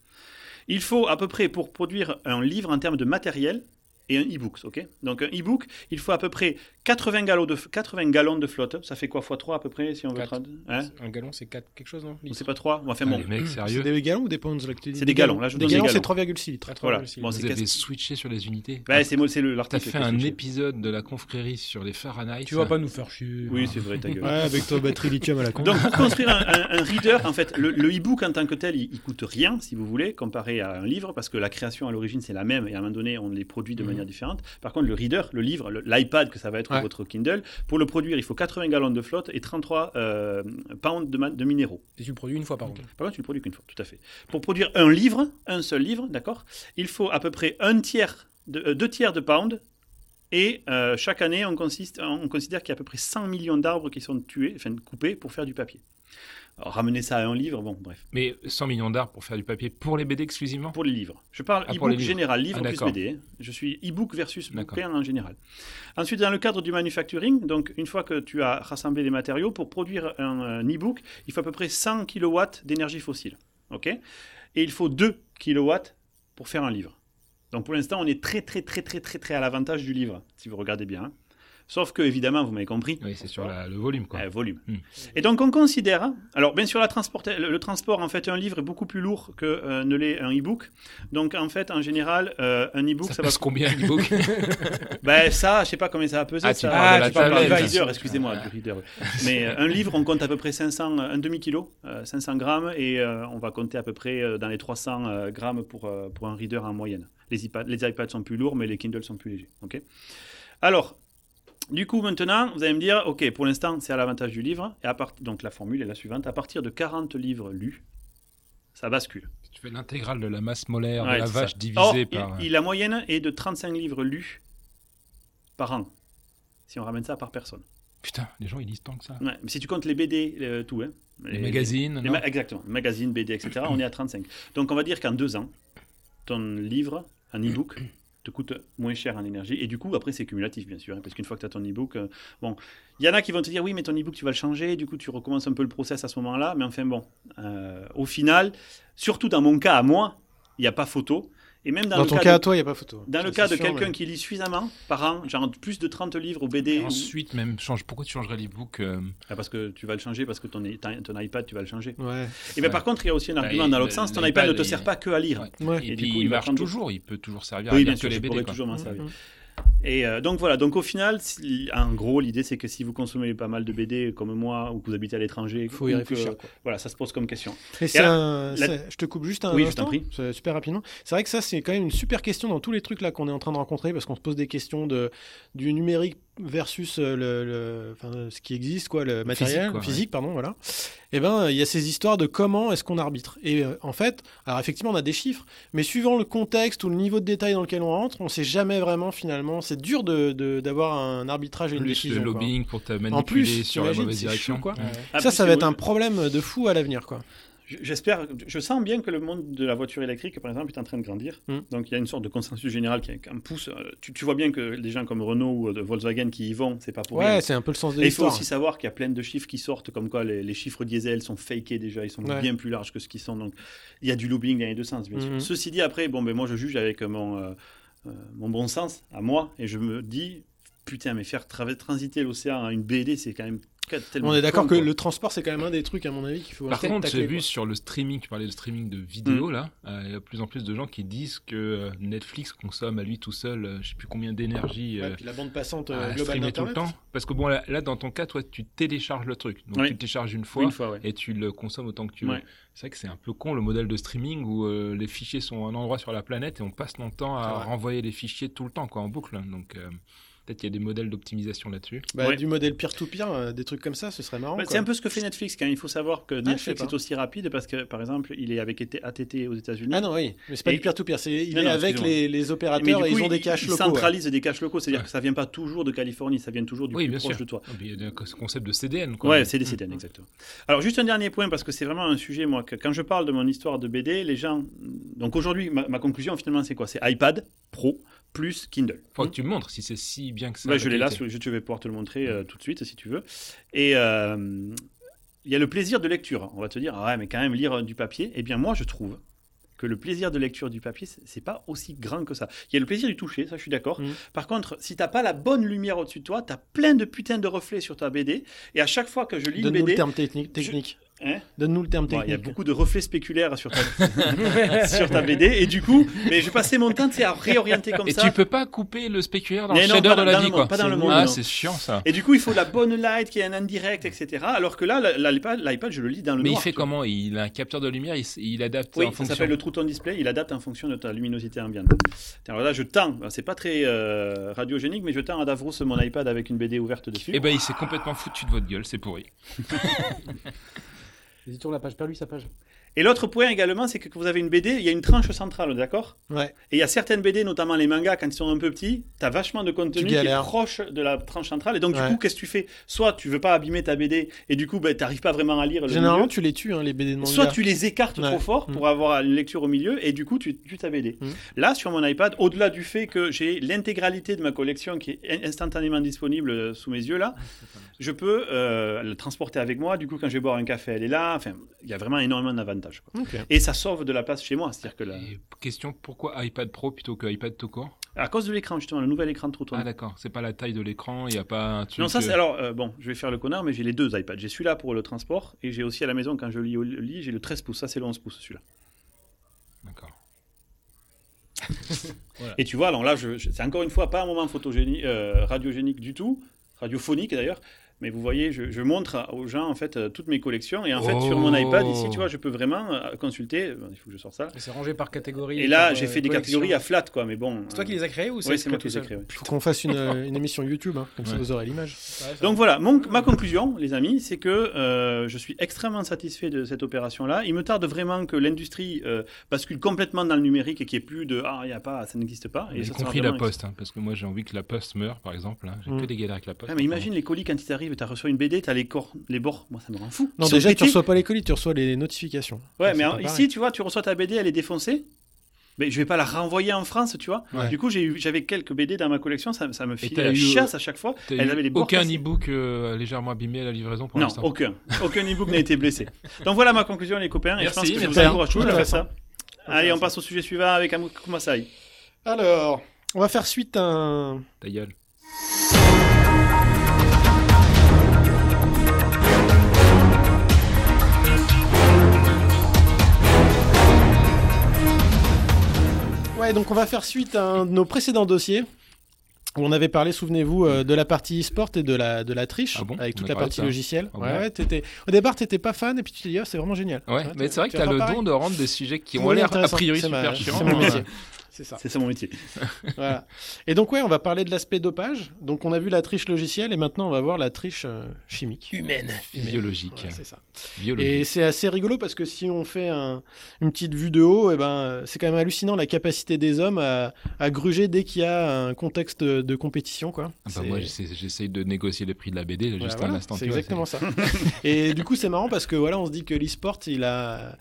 Il faut à peu près pour produire un livre en termes de matériel et un e-book, ok Donc un e-book, il faut à peu près 80 gallons de, 80 gallons de flotte, ça fait quoi x 3 à peu près si on veut Quatre. traduire hein Un gallon, c'est 4 quelque chose, non Ou c'est pas 3 On va faire Putain, Ah, bon. Les mecs, C'est Ah sérieux des gallons ou des pounds là, que tu dis C'est des gallons, là, je vous Des donne des gallons, c'est gallons. 3,6 litres. Voilà. Bon, Vous c'est avez qu'est-ce- switché sur les unités Ouais, c'est moi, c'est le- T'as l'article. fait que un j'ai. épisode de la confrérie sur les Fahrenheit. Tu vas pas nous faire chier. Oui, c'est vrai, ta gueule. Ouais, avec ta batterie lithium à la con. Donc pour construire un, un- un reader, en fait, le, le e-book en tant que tel, il, il coûte rien, si vous voulez, comparé à un livre, parce que la création à l'origine c'est la même, et à un moment donné on les produit de Mhm. manière différente. Par contre, le reader, le livre, le- l'iPad que ça va être ou Ouais. votre Kindle, pour le produire, il faut 80 gallons de flotte et 33 euh, pounds de, ma- de minéraux. Et tu le produis une fois par an. Par contre, tu le produis qu'une fois, tout à fait. Pour produire un livre, un seul livre, d'accord, il faut à peu près un tiers, de, euh, deux tiers de pounds. Et euh, chaque année, on, consiste, on considère qu'il y a à peu près 100 millions d'arbres qui sont tués, enfin coupés, pour faire du papier. Alors, ramener ça à un livre, bon, bref. Mais 100 millions d'art pour faire du papier pour les BD exclusivement Pour les livres. Je parle Ah, pour les e-book livres. général, livre Ah, plus d'accord. BD. Je suis e-book versus D'accord. bouquin en général. Ensuite, dans le cadre du manufacturing, donc une fois que tu as rassemblé les matériaux, pour produire un, euh, un e-book, il faut à peu près 100 kW d'énergie fossile. ok Et il faut 2 kW pour faire un livre. Donc pour l'instant, on est très, très, très, très, très, très à l'avantage du livre, si vous regardez bien. hein. Sauf que, évidemment, vous m'avez compris, Oui, c'est sur la- le volume, quoi. euh, volume. Hmm. Et donc on considère, hein, alors bien sûr la transporta- le, le transport en fait un livre est beaucoup plus lourd que euh, ne l'est un e-book. Donc en fait en général euh, un e-book ça, ça, va. passe combien un e-book Ben ça je sais pas combien ça va peser. Ah, tu ça. parles de la Ah. tu parles tablette. du reader, excusez-moi du reader. Mais euh, un livre on compte à peu près 500, euh, un demi kilo, 500 grammes et euh, on va compter à peu près euh, dans les 300 euh, grammes pour euh, pour un reader en moyenne. Les, iPad- les iPads sont plus lourds mais les Kindle sont plus légers. Ok. Alors du coup, maintenant, vous allez me dire, ok, pour l'instant, c'est à l'avantage du livre. Et à part... Donc la formule est la suivante. À partir de 40 livres lus, ça bascule. Tu fais l'intégrale de la masse molaire Ouais, de la c'est ça. vache Or, divisée par. euh, il- il- la moyenne est de 35 livres lus par an. Si on ramène ça par personne. Putain, les gens ils lisent tant que ça. Ouais, mais si tu comptes les BD, euh, tout, hein, Ah. Les, magazines. les non ma- exactement, magazines, BD, etc., on est à 35. Donc on va dire qu'en deux ans, ton livre, un e-book, te coûte moins cher en énergie. Et du coup, après, c'est cumulatif, bien sûr, hein, parce qu'une fois que tu as ton e-book, euh, bon, il y en a qui vont te dire, oui, mais ton e-book, tu vas le changer, du coup, tu recommences un peu le process à ce moment-là, mais enfin, bon, euh, au final, surtout dans mon cas, à moi, il n'y a pas photo. Et même dans, Dans le ton cas, cas, à de, toi, il n'y a pas photo. dans le Ça, cas c'est de sûr, quelqu'un mais- qui lit suffisamment par an, genre plus de 30 livres au BD, Et ou- ensuite, même, change. pourquoi tu changerais l'e-book euh, Ah, parce que tu vas le changer, parce que ton, ton- ton iPad, tu vas le changer. Ouais. Et bien Ouais. par contre, il y a aussi un Bah, argument il- dans l'autre le- sens. Ton l'iPad, iPad ne te il- sert pas que à lire. Ouais. Ouais. Et, Et du puis coup, il, il va marche prendre- toujours, il peut toujours servir à Oui, bien lire que sûr, les je BD. pourrais quoi. Mm-hmm. toujours m'en servir. Mhm. Et euh, donc voilà, donc au final, si- en gros, l'idée c'est que si vous consommez pas mal de BD comme moi ou que vous habitez à l'étranger, Faut y ou que- réfléchir. quoi. voilà, ça se pose comme question. Et c'est alors, un- la- c'est- Je te coupe juste un Oui, je t'en instant, prie. c'est super rapidement. C'est vrai que ça, c'est quand même une super question dans tous les trucs là qu'on est en train de rencontrer parce qu'on se pose des questions de du numérique versus euh, le, le- enfin, ce qui existe, quoi, le matériel, Physique, physique, quoi, ouais. pardon, voilà. Et ben, il y a ces histoires de comment est-ce qu'on arbitre. Et euh, en fait, alors effectivement, on a des chiffres, mais suivant le contexte ou le niveau de détail dans lequel on rentre, on sait jamais vraiment finalement. C'est dur de de- d'avoir un arbitrage et une Plus le décision. quoi. lobbying pour te manipuler En plus, sur la t'imagines, mauvaise c'est direction. chiant, quoi. Ouais. Ah, Ça, parce ça que va être moi, un problème de fou à l'avenir, quoi. j- J'espère, je sens bien que le monde de la voiture électrique, par exemple, est en train de grandir. Mm. Donc il y a une sorte de consensus général qui, qui en pousse. Euh, Tu, tu vois bien que des gens comme Renault ou euh, de Volkswagen qui y vont, c'est pas pour rien. Ouais, c'est un peu le sens de Et il faut l'histoire. aussi savoir qu'il y a plein de chiffres qui sortent, comme quoi les, les chiffres diesel sont fakés déjà, ils sont Ouais. bien plus larges que ce qu'ils sont. Donc il y a du lobbying dans les deux sens, bien sûr. Mhm. Ceci dit, après, bon, ben, moi je juge avec mon, euh, euh, mon bon sens à moi, et je me dis, putain, mais faire traver- transiter l'océan à une BD, c'est quand même tellement. On est d'accord con, que quoi. le transport, c'est quand même un des trucs, à mon avis, qu'il faut. Par peut-être contre, j'ai tacler, vu quoi. Mm. sur le streaming, tu parlais de streaming de vidéos là, euh, il y a de plus en plus de gens qui disent que euh, Netflix consomme à lui tout seul, euh, je sais plus combien d'énergie Ouais, euh, puis la bande passante euh, à globale streamer tout le d'Internet. temps. Parce que bon, là, là, dans ton cas, toi, tu télécharges le truc. Donc Oui. tu le télécharges une fois Une fois, ouais. et tu le consommes autant que tu veux. Ouais. C'est vrai que c'est un peu con le modèle de streaming où euh, les fichiers sont à un endroit sur la planète et on passe notre temps C'est à vrai. renvoyer les fichiers tout le temps, quoi, en boucle. Donc euh, peut-être qu'il y a des modèles d'optimisation là-dessus. Bah, Ouais. Du modèle peer-to-peer, euh, des trucs comme ça, ce serait marrant. Bah, quoi. c'est un peu ce que fait Netflix quand même. Il faut savoir que Ah, je sais Netflix pas. est aussi rapide parce que, par exemple, il est avec ATT aux États-Unis. Ah non, oui, mais c'est pas Et- du peer-to-peer, c'est il Non, est non, avec excuse-moi. les, les Mais du opérateurs et coup, ils ont des ils- caches ils locaux. ouais. centralisent des caches locaux, c'est-à-dire Ouais. que ça vient pas toujours de Californie, ça vient toujours du Oui, plus bien proche sûr. de toi. Ah, puis Il y a ce concept de CDN, quoi. Ouais, c'est Mmh, des CDN, exactement. Alors, juste un dernier point, parce que c'est vraiment un sujet, moi, que quand je parle de mon histoire de BD, les gens. Donc, aujourd'hui, ma, ma conclusion, finalement, c'est quoi C'est iPad Pro plus Kindle. Faudrait que tu me montres si c'est si bien que ça. Là, la Bah, je l'ai là, qualité. sous- je je vais pouvoir te le montrer euh, tout de suite, si tu veux. Et. euh, il y a le plaisir de lecture. On va te dire, ah ouais, mais quand même, lire euh, du papier. Eh bien, moi, je trouve que le plaisir de lecture du papier, c'est- c'est pas aussi grand que ça. Il y a le plaisir du toucher, ça, je suis d'accord. Mhm. Par contre, si t'as pas la bonne lumière au-dessus de toi, t'as plein de putains de reflets sur ta BD. Et à chaque fois que je lis une Donne-nous le BD, terme technique. technique. Hein Donne-nous le terme Bon, Il y a technique. beaucoup de reflets spéculaires sur ta, sur ta BD. Et du coup, mais je passais mon temps tu sais, à réorienter comme Et ça. tu peux pas couper le spéculaire dans Mais le non, shader pas de la dans vie, le quoi. monde, pas dans le monde, ah, non. c'est chiant ça. Et du coup, il faut la bonne light qui est un indirect, etc. Alors que là, la- la- l'iPad, l'iPad, je le lis dans le Mais il noir. fait tu vois. comment Il a un capteur de lumière, il, s- il adapte Oui, en ça fonction. s'appelle le True Tone Display. Il adapte en fonction de ta luminosité ambiante. Tiens, Alors là, je tends. C'est pas très euh, radiogénique, mais je tends à Davros mon iPad ben. avec une BD ouverte dessus. Eh ben, il s'est complètement foutu de votre gueule, c'est pourri. Vas-y, tourne la page. Perds-lui sa page. Et l'autre point également, c'est que quand vous avez une BD, il y a une tranche centrale, d'accord Ouais. Et il y a certaines BD, notamment les mangas, quand ils sont un peu petits, t'as vachement de contenu qui est galères. proche de la tranche centrale. Et donc, Ouais. du coup, qu'est-ce que tu fais Soit tu veux pas abîmer ta BD, et du coup, ben, t'arrives pas vraiment à lire le Généralement, milieu. tu les tues, hein, les BD de manga. Soit tu les écartes Ouais. trop fort pour avoir une lecture au milieu, et du coup, tu tues ta BD. Mm. Là, sur mon iPad, au-delà du fait que j'ai l'intégralité de ma collection qui est in- instantanément disponible euh, sous mes yeux, là, je peux euh, la transporter avec moi. Du coup, quand je vais boire un café, elle est là. Enfin, il y a vraiment énormément d'avantages. quoi. Ok. Et ça sauve de la place chez moi. C'est-à-dire que la- Et question, pourquoi iPad Pro plutôt que iPad tout court à cause de l'écran, justement, le nouvel écran de trottoir. Ah d'accord, c'est pas la taille de l'écran, il n'y a pas un truc... non, ça c'est euh, alors euh, bon, je vais faire le connard, mais j'ai les deux iPads. J'ai celui-là pour le transport et j'ai aussi à la maison quand je lis au lit, j'ai le 13 pouces. Ça c'est le 11 pouces celui-là. D'accord. Et tu vois, alors là, je, je- c'est encore une fois pas un moment photogénique, euh, radiogénique du tout, radiophonique d'ailleurs. Mais vous voyez, je, je montre à- aux gens en fait euh, toutes mes collections et en fait sur mon Oh. iPad ici, tu vois, je peux vraiment euh, consulter. euh, Il faut que je sorte ça. Et C'est rangé par catégorie. Et là, par, j'ai euh, fait des collection. catégories à flat quoi, mais bon. C'est toi qui les as créés ou c'est Oui, c'est moi qui toi les ai seul créés, ouais. Faut qu'on fasse une, euh, une émission YouTube, hein, comme ça Ouais. vous aurez l'image. Ouais, ça- Donc voilà, mon- ma conclusion, les amis, c'est que euh, je suis extrêmement satisfait de cette opération-là. Il me tarde vraiment que l'industrie euh, bascule complètement dans le numérique et qu'il n'y ait plus de ah, il y a pas, ça n'existe pas. Et y ça sera compris la vraiment- poste, hein, parce que moi j'ai envie que la poste meure, par exemple. hein. J'ai Mm. que des galères avec la poste. Ah, mais imagine les colis quand ils t'arrivent et t'as reçu une BD, t'as les, corps, les bords. Moi, ça me rend fou. Non, Ils sont déjà, tu pétés. reçois pas les colis, tu reçois les notifications. Ouais, C'est mais pas hein, pareil. ici, tu vois, tu reçois ta BD, elle est défoncée. Mais je vais pas la renvoyer en France, tu vois. Ouais. Du coup, j'ai eu- j'avais quelques BD dans ma collection, ça, ça me filait t'as la eu, euh, chasse à chaque fois. T'as Elle eu avait les bords aucun cassés. e-book euh, légèrement abîmé à la livraison pour Non, l'instant. aucun. Aucun e-book n'a été blessé. Donc voilà ma conclusion, les copains. et je Merci, pense que je vous merci. encourage tous à Intéressant. faire ça. Allez, on passe au sujet suivant avec Amouk Kumasai. Alors, on va faire suite à un, Ta gueule. Ouais, donc on va faire suite à un de nos précédents dossiers où on avait parlé, souvenez-vous, euh, de la partie e-sport et de la, de la triche Ah bon avec On toute a la parlé de partie ça logicielle. Ah ouais, bon ouais, t'étais- au départ, t'étais pas fan et puis tu t'es dit, oh, c'est vraiment génial. Ouais, mais c'est vrai que t'as t'as le pareil. don de rendre des sujets qui ont Ouais, l'air a intéressant, priori c'est ma- super c'est chiants. mon hein. métier. C'est ça. C'est ça mon métier. voilà. Et donc, ouais, on va parler de l'aspect dopage. Donc, on a vu la triche logicielle et maintenant, on va voir la triche euh, chimique. Humaine. Biologique. Ouais, c'est ça. Et Biologique. c'est assez rigolo parce que si on fait un- une petite vue de haut, eh ben, euh, c'est quand même hallucinant la capacité des hommes à, à gruger dès qu'il y a un contexte de compétition. Quoi. Ah bah C'est- moi j'essaie- j'essaye de négocier les prix de la BD là, Voilà, juste Bah voilà, à l'instant. C'est tu vois, exactement ça. Et du coup, c'est marrant parce que voilà, on se dit que l'e-sport, il a,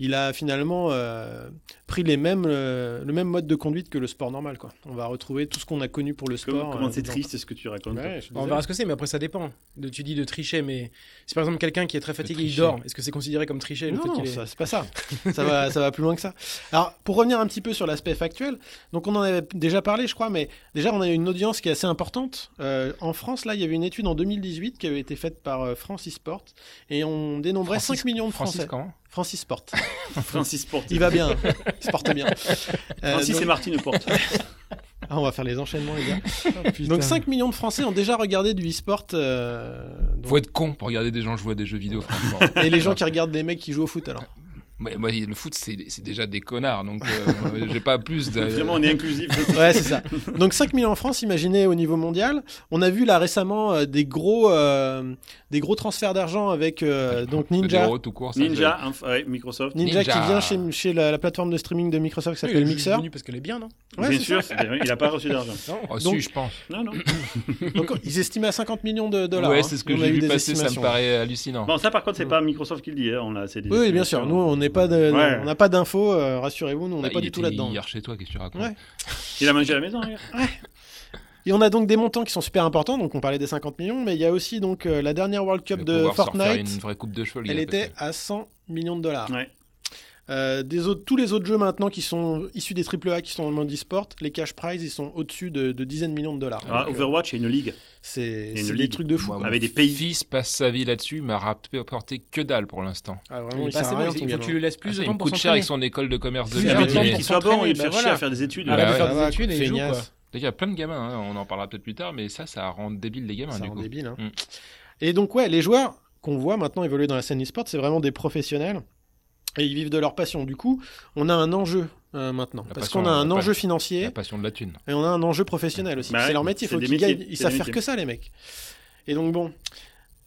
il a finalement euh, pris les mêmes, euh, le même mode de conduite que le sport normal. Quoi. On va retrouver tout ce qu'on a connu pour le Comment sport. comment euh, c'est dedans. triste ce que tu racontes. Ouais, je suis On désolé. verra ce que c'est, mais après ça dépend. De- tu dis de tricher, mais si par exemple quelqu'un qui est très fatigué, il tricher. dort, est-ce que c'est considéré comme tricher le Non, fait non, qu'il est- ça, c'est pas ça. ça, va, ça va plus loin que ça. Alors, pour revenir un petit peu sur l'aspect factuel, donc on en avait déjà parlé, je crois, mais déjà, on a une audience qui est assez importante. Euh, en France, là, il y avait une étude en 2018 qui avait été faite par euh, France e-sport et on dénombrait Francis- 5 millions de Francis, Français. comment France e-sport. Francis Porte. Il va bien, hein. il se porte bien. Euh, Francis donc- et Martine Porte. Ah, on va faire les enchaînements, les gars. donc 5 millions de Français ont déjà regardé du e-sport. euh, donc- Faut être con pour regarder des gens jouer à des jeux vidéo, franchement. Et les gens qui regardent des mecs qui jouent au foot, alors. Ouais, moi, le foot, c'est c'est déjà des connards, donc euh, j'ai pas plus de. Vraiment, on est inclusif. Ouais, c'est ça. Donc 5 millions en France, imaginez au niveau mondial. On a vu là récemment euh, des gros, euh, des gros transferts d'argent avec euh, donc de Ninja. zéro tout court. ça, Ninja, inf- ouais, Microsoft. Ninja, qui Ninja. vient chez, chez la, la plateforme de streaming de Microsoft qui Oui, s'appelle il est Mixer. venu parce qu'elle est bien, non Ouais, Bien c'est sûr, il n'a pas reçu d'argent. je- Oh, Donc- si, je pense. Non, non. Donc ils estimaient à 50 millions de dollars. ouais, hein. c'est ce que On a j'ai eu vu des passer, ça me estimations. paraît hallucinant. Bon, ça par contre, c'est pas Microsoft qui le dit. hein, On a, c'est des Oui, bien sûr. Nous, on n'est pas, de- Ouais. on n'a pas d'infos. euh, rassurez-vous, nous, on n'est Bah, pas il du tout était là-dedans. Hier chez toi, qu'est-ce que tu racontes Ouais. Il a mangé à la maison hier. Et on a donc des montants qui sont super importants. Donc on parlait des 50 millions, mais il y a aussi donc euh, la dernière World Je Cup vais de pouvoir se refaire Fortnite. une vraie coupe de cheveux, les Elle gars, était parce que- à 100 millions de dollars. Ouais. Euh, des autres, tous les autres jeux maintenant qui sont issus des AAA qui sont dans le monde e-sport, les cash prizes, ils sont au-dessus de, de dizaines de millions de dollars. Ah, Donc, euh, Overwatch est une ligue c'est une c'est des ligue. trucs de fou. Moi, quoi. mon avec des pays. fils passe sa vie là-dessus, m'a rapporté que dalle pour l'instant. Ah, Il vraiment, il est pas sert assez à rien, bon, ton il faut gamin. que tu le laisses plus Ah, de il temps me pour coûte cher avec s'entraîner. son école de commerce de Plus Il merde, avait temps mais- dit pour qu'il soit bon, s'entraîner, il bah cherchait voilà. à faire des études. Arrête Bah de ouais. faire Ah, des études et il joue, feignasse. quoi. D'ailleurs, il y a plein de gamins, hein, on en parlera peut-être plus tard, mais ça, ça rend débile les gamins, Ça du rend coup. débile, hein. Mm. Et donc, ouais, les joueurs qu'on voit maintenant évoluer dans la scène e-sport, c'est vraiment des professionnels et ils vivent de leur passion. Du coup, on a un enjeu euh, maintenant. La parce passion, qu'on a un la enjeu passion. financier La Mm. passion de la thune. et on a un enjeu professionnel aussi. Bah c'est ouais, leur métier, il c'est faut des qu'ils métiers, gagnent. Ils c'est savent des faire métiers. que ça, les mecs. Et donc, bon.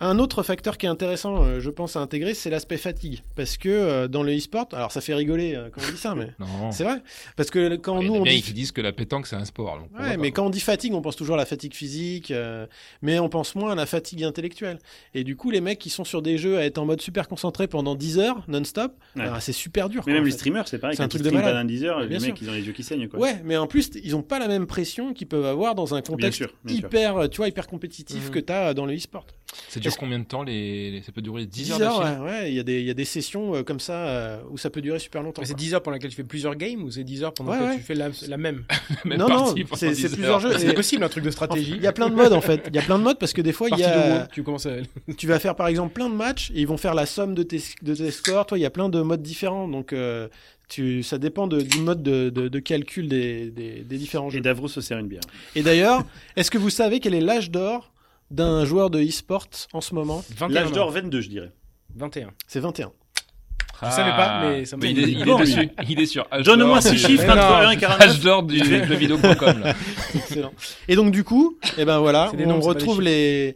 Un autre facteur qui est intéressant, euh, je pense, à intégrer, c'est l'aspect fatigue. Parce que euh, dans le e-sport, alors ça fait rigoler euh, quand on dit ça, mais Non. c'est vrai. Parce que quand Il y nous, en a on bien dit qui disent que la pétanque, c'est un sport. donc pourquoi Ouais, mais pas. quand on dit fatigue, on pense toujours à la fatigue physique, euh, mais on pense moins à la fatigue intellectuelle. Et du coup, les mecs qui sont sur des jeux à être en mode super concentré pendant 10 heures, non-stop, Ouais. alors, c'est super dur. Mais quoi, même en les fait. streamers, c'est pareil. C'est Quand un ils truc de streament malade. pendant 10 heures, les Bien mecs, sûr. ils ont les yeux qui saignent. Quoi. Ouais, mais en plus, t- ils ont pas la même pression qu'ils peuvent avoir dans un contexte sûr, bien sûr. hyper, euh, tu vois, hyper compétitif Mhm. que tu as dans le e-sport. Ça dure Est-ce- combien de temps les... les- Ça peut durer 10, 10 heures heures, d'affilée ouais, ouais, il y a des- il y, a des sessions euh, comme ça euh, où ça peut durer super longtemps. Mais C'est quoi. 10 heures pendant lesquelles tu fais plusieurs games ou c'est 10 heures pendant Ouais, lesquelles ouais. tu fais la, la même Même non, non, partie pendant c'est 10 c'est heures. plusieurs jeux. C'est et- possible un truc de stratégie. Il y a plein de modes en fait. Il y a plein de modes parce que des fois, il y Partie a. de WoW, tu commences à... tu vas faire par exemple plein de matchs et ils vont faire la somme de tes, de tes scores. Toi, il y a plein de modes différents. Donc, euh, tu, ça dépend de- du mode de, de- de calcul des, des- des différents Et jeux. Davros se sert une bière. Et d'ailleurs, est-ce que vous savez quel est l'âge d'or d'un joueur de e-sport en ce moment 21 L'âge ans. d'or 22, je dirais. 21. C'est 21. Je Je savais pas, mais ça me il, est, il, est Bon, dessus. il est sur. H Donne-moi d'or ces du- chiffres Mais entre non. 1 et 49. H d'or du jeuxvideo.com. là. Excellent. Et donc, du coup, eh ben voilà, C'est des on nombres, c'est pas des retrouve les,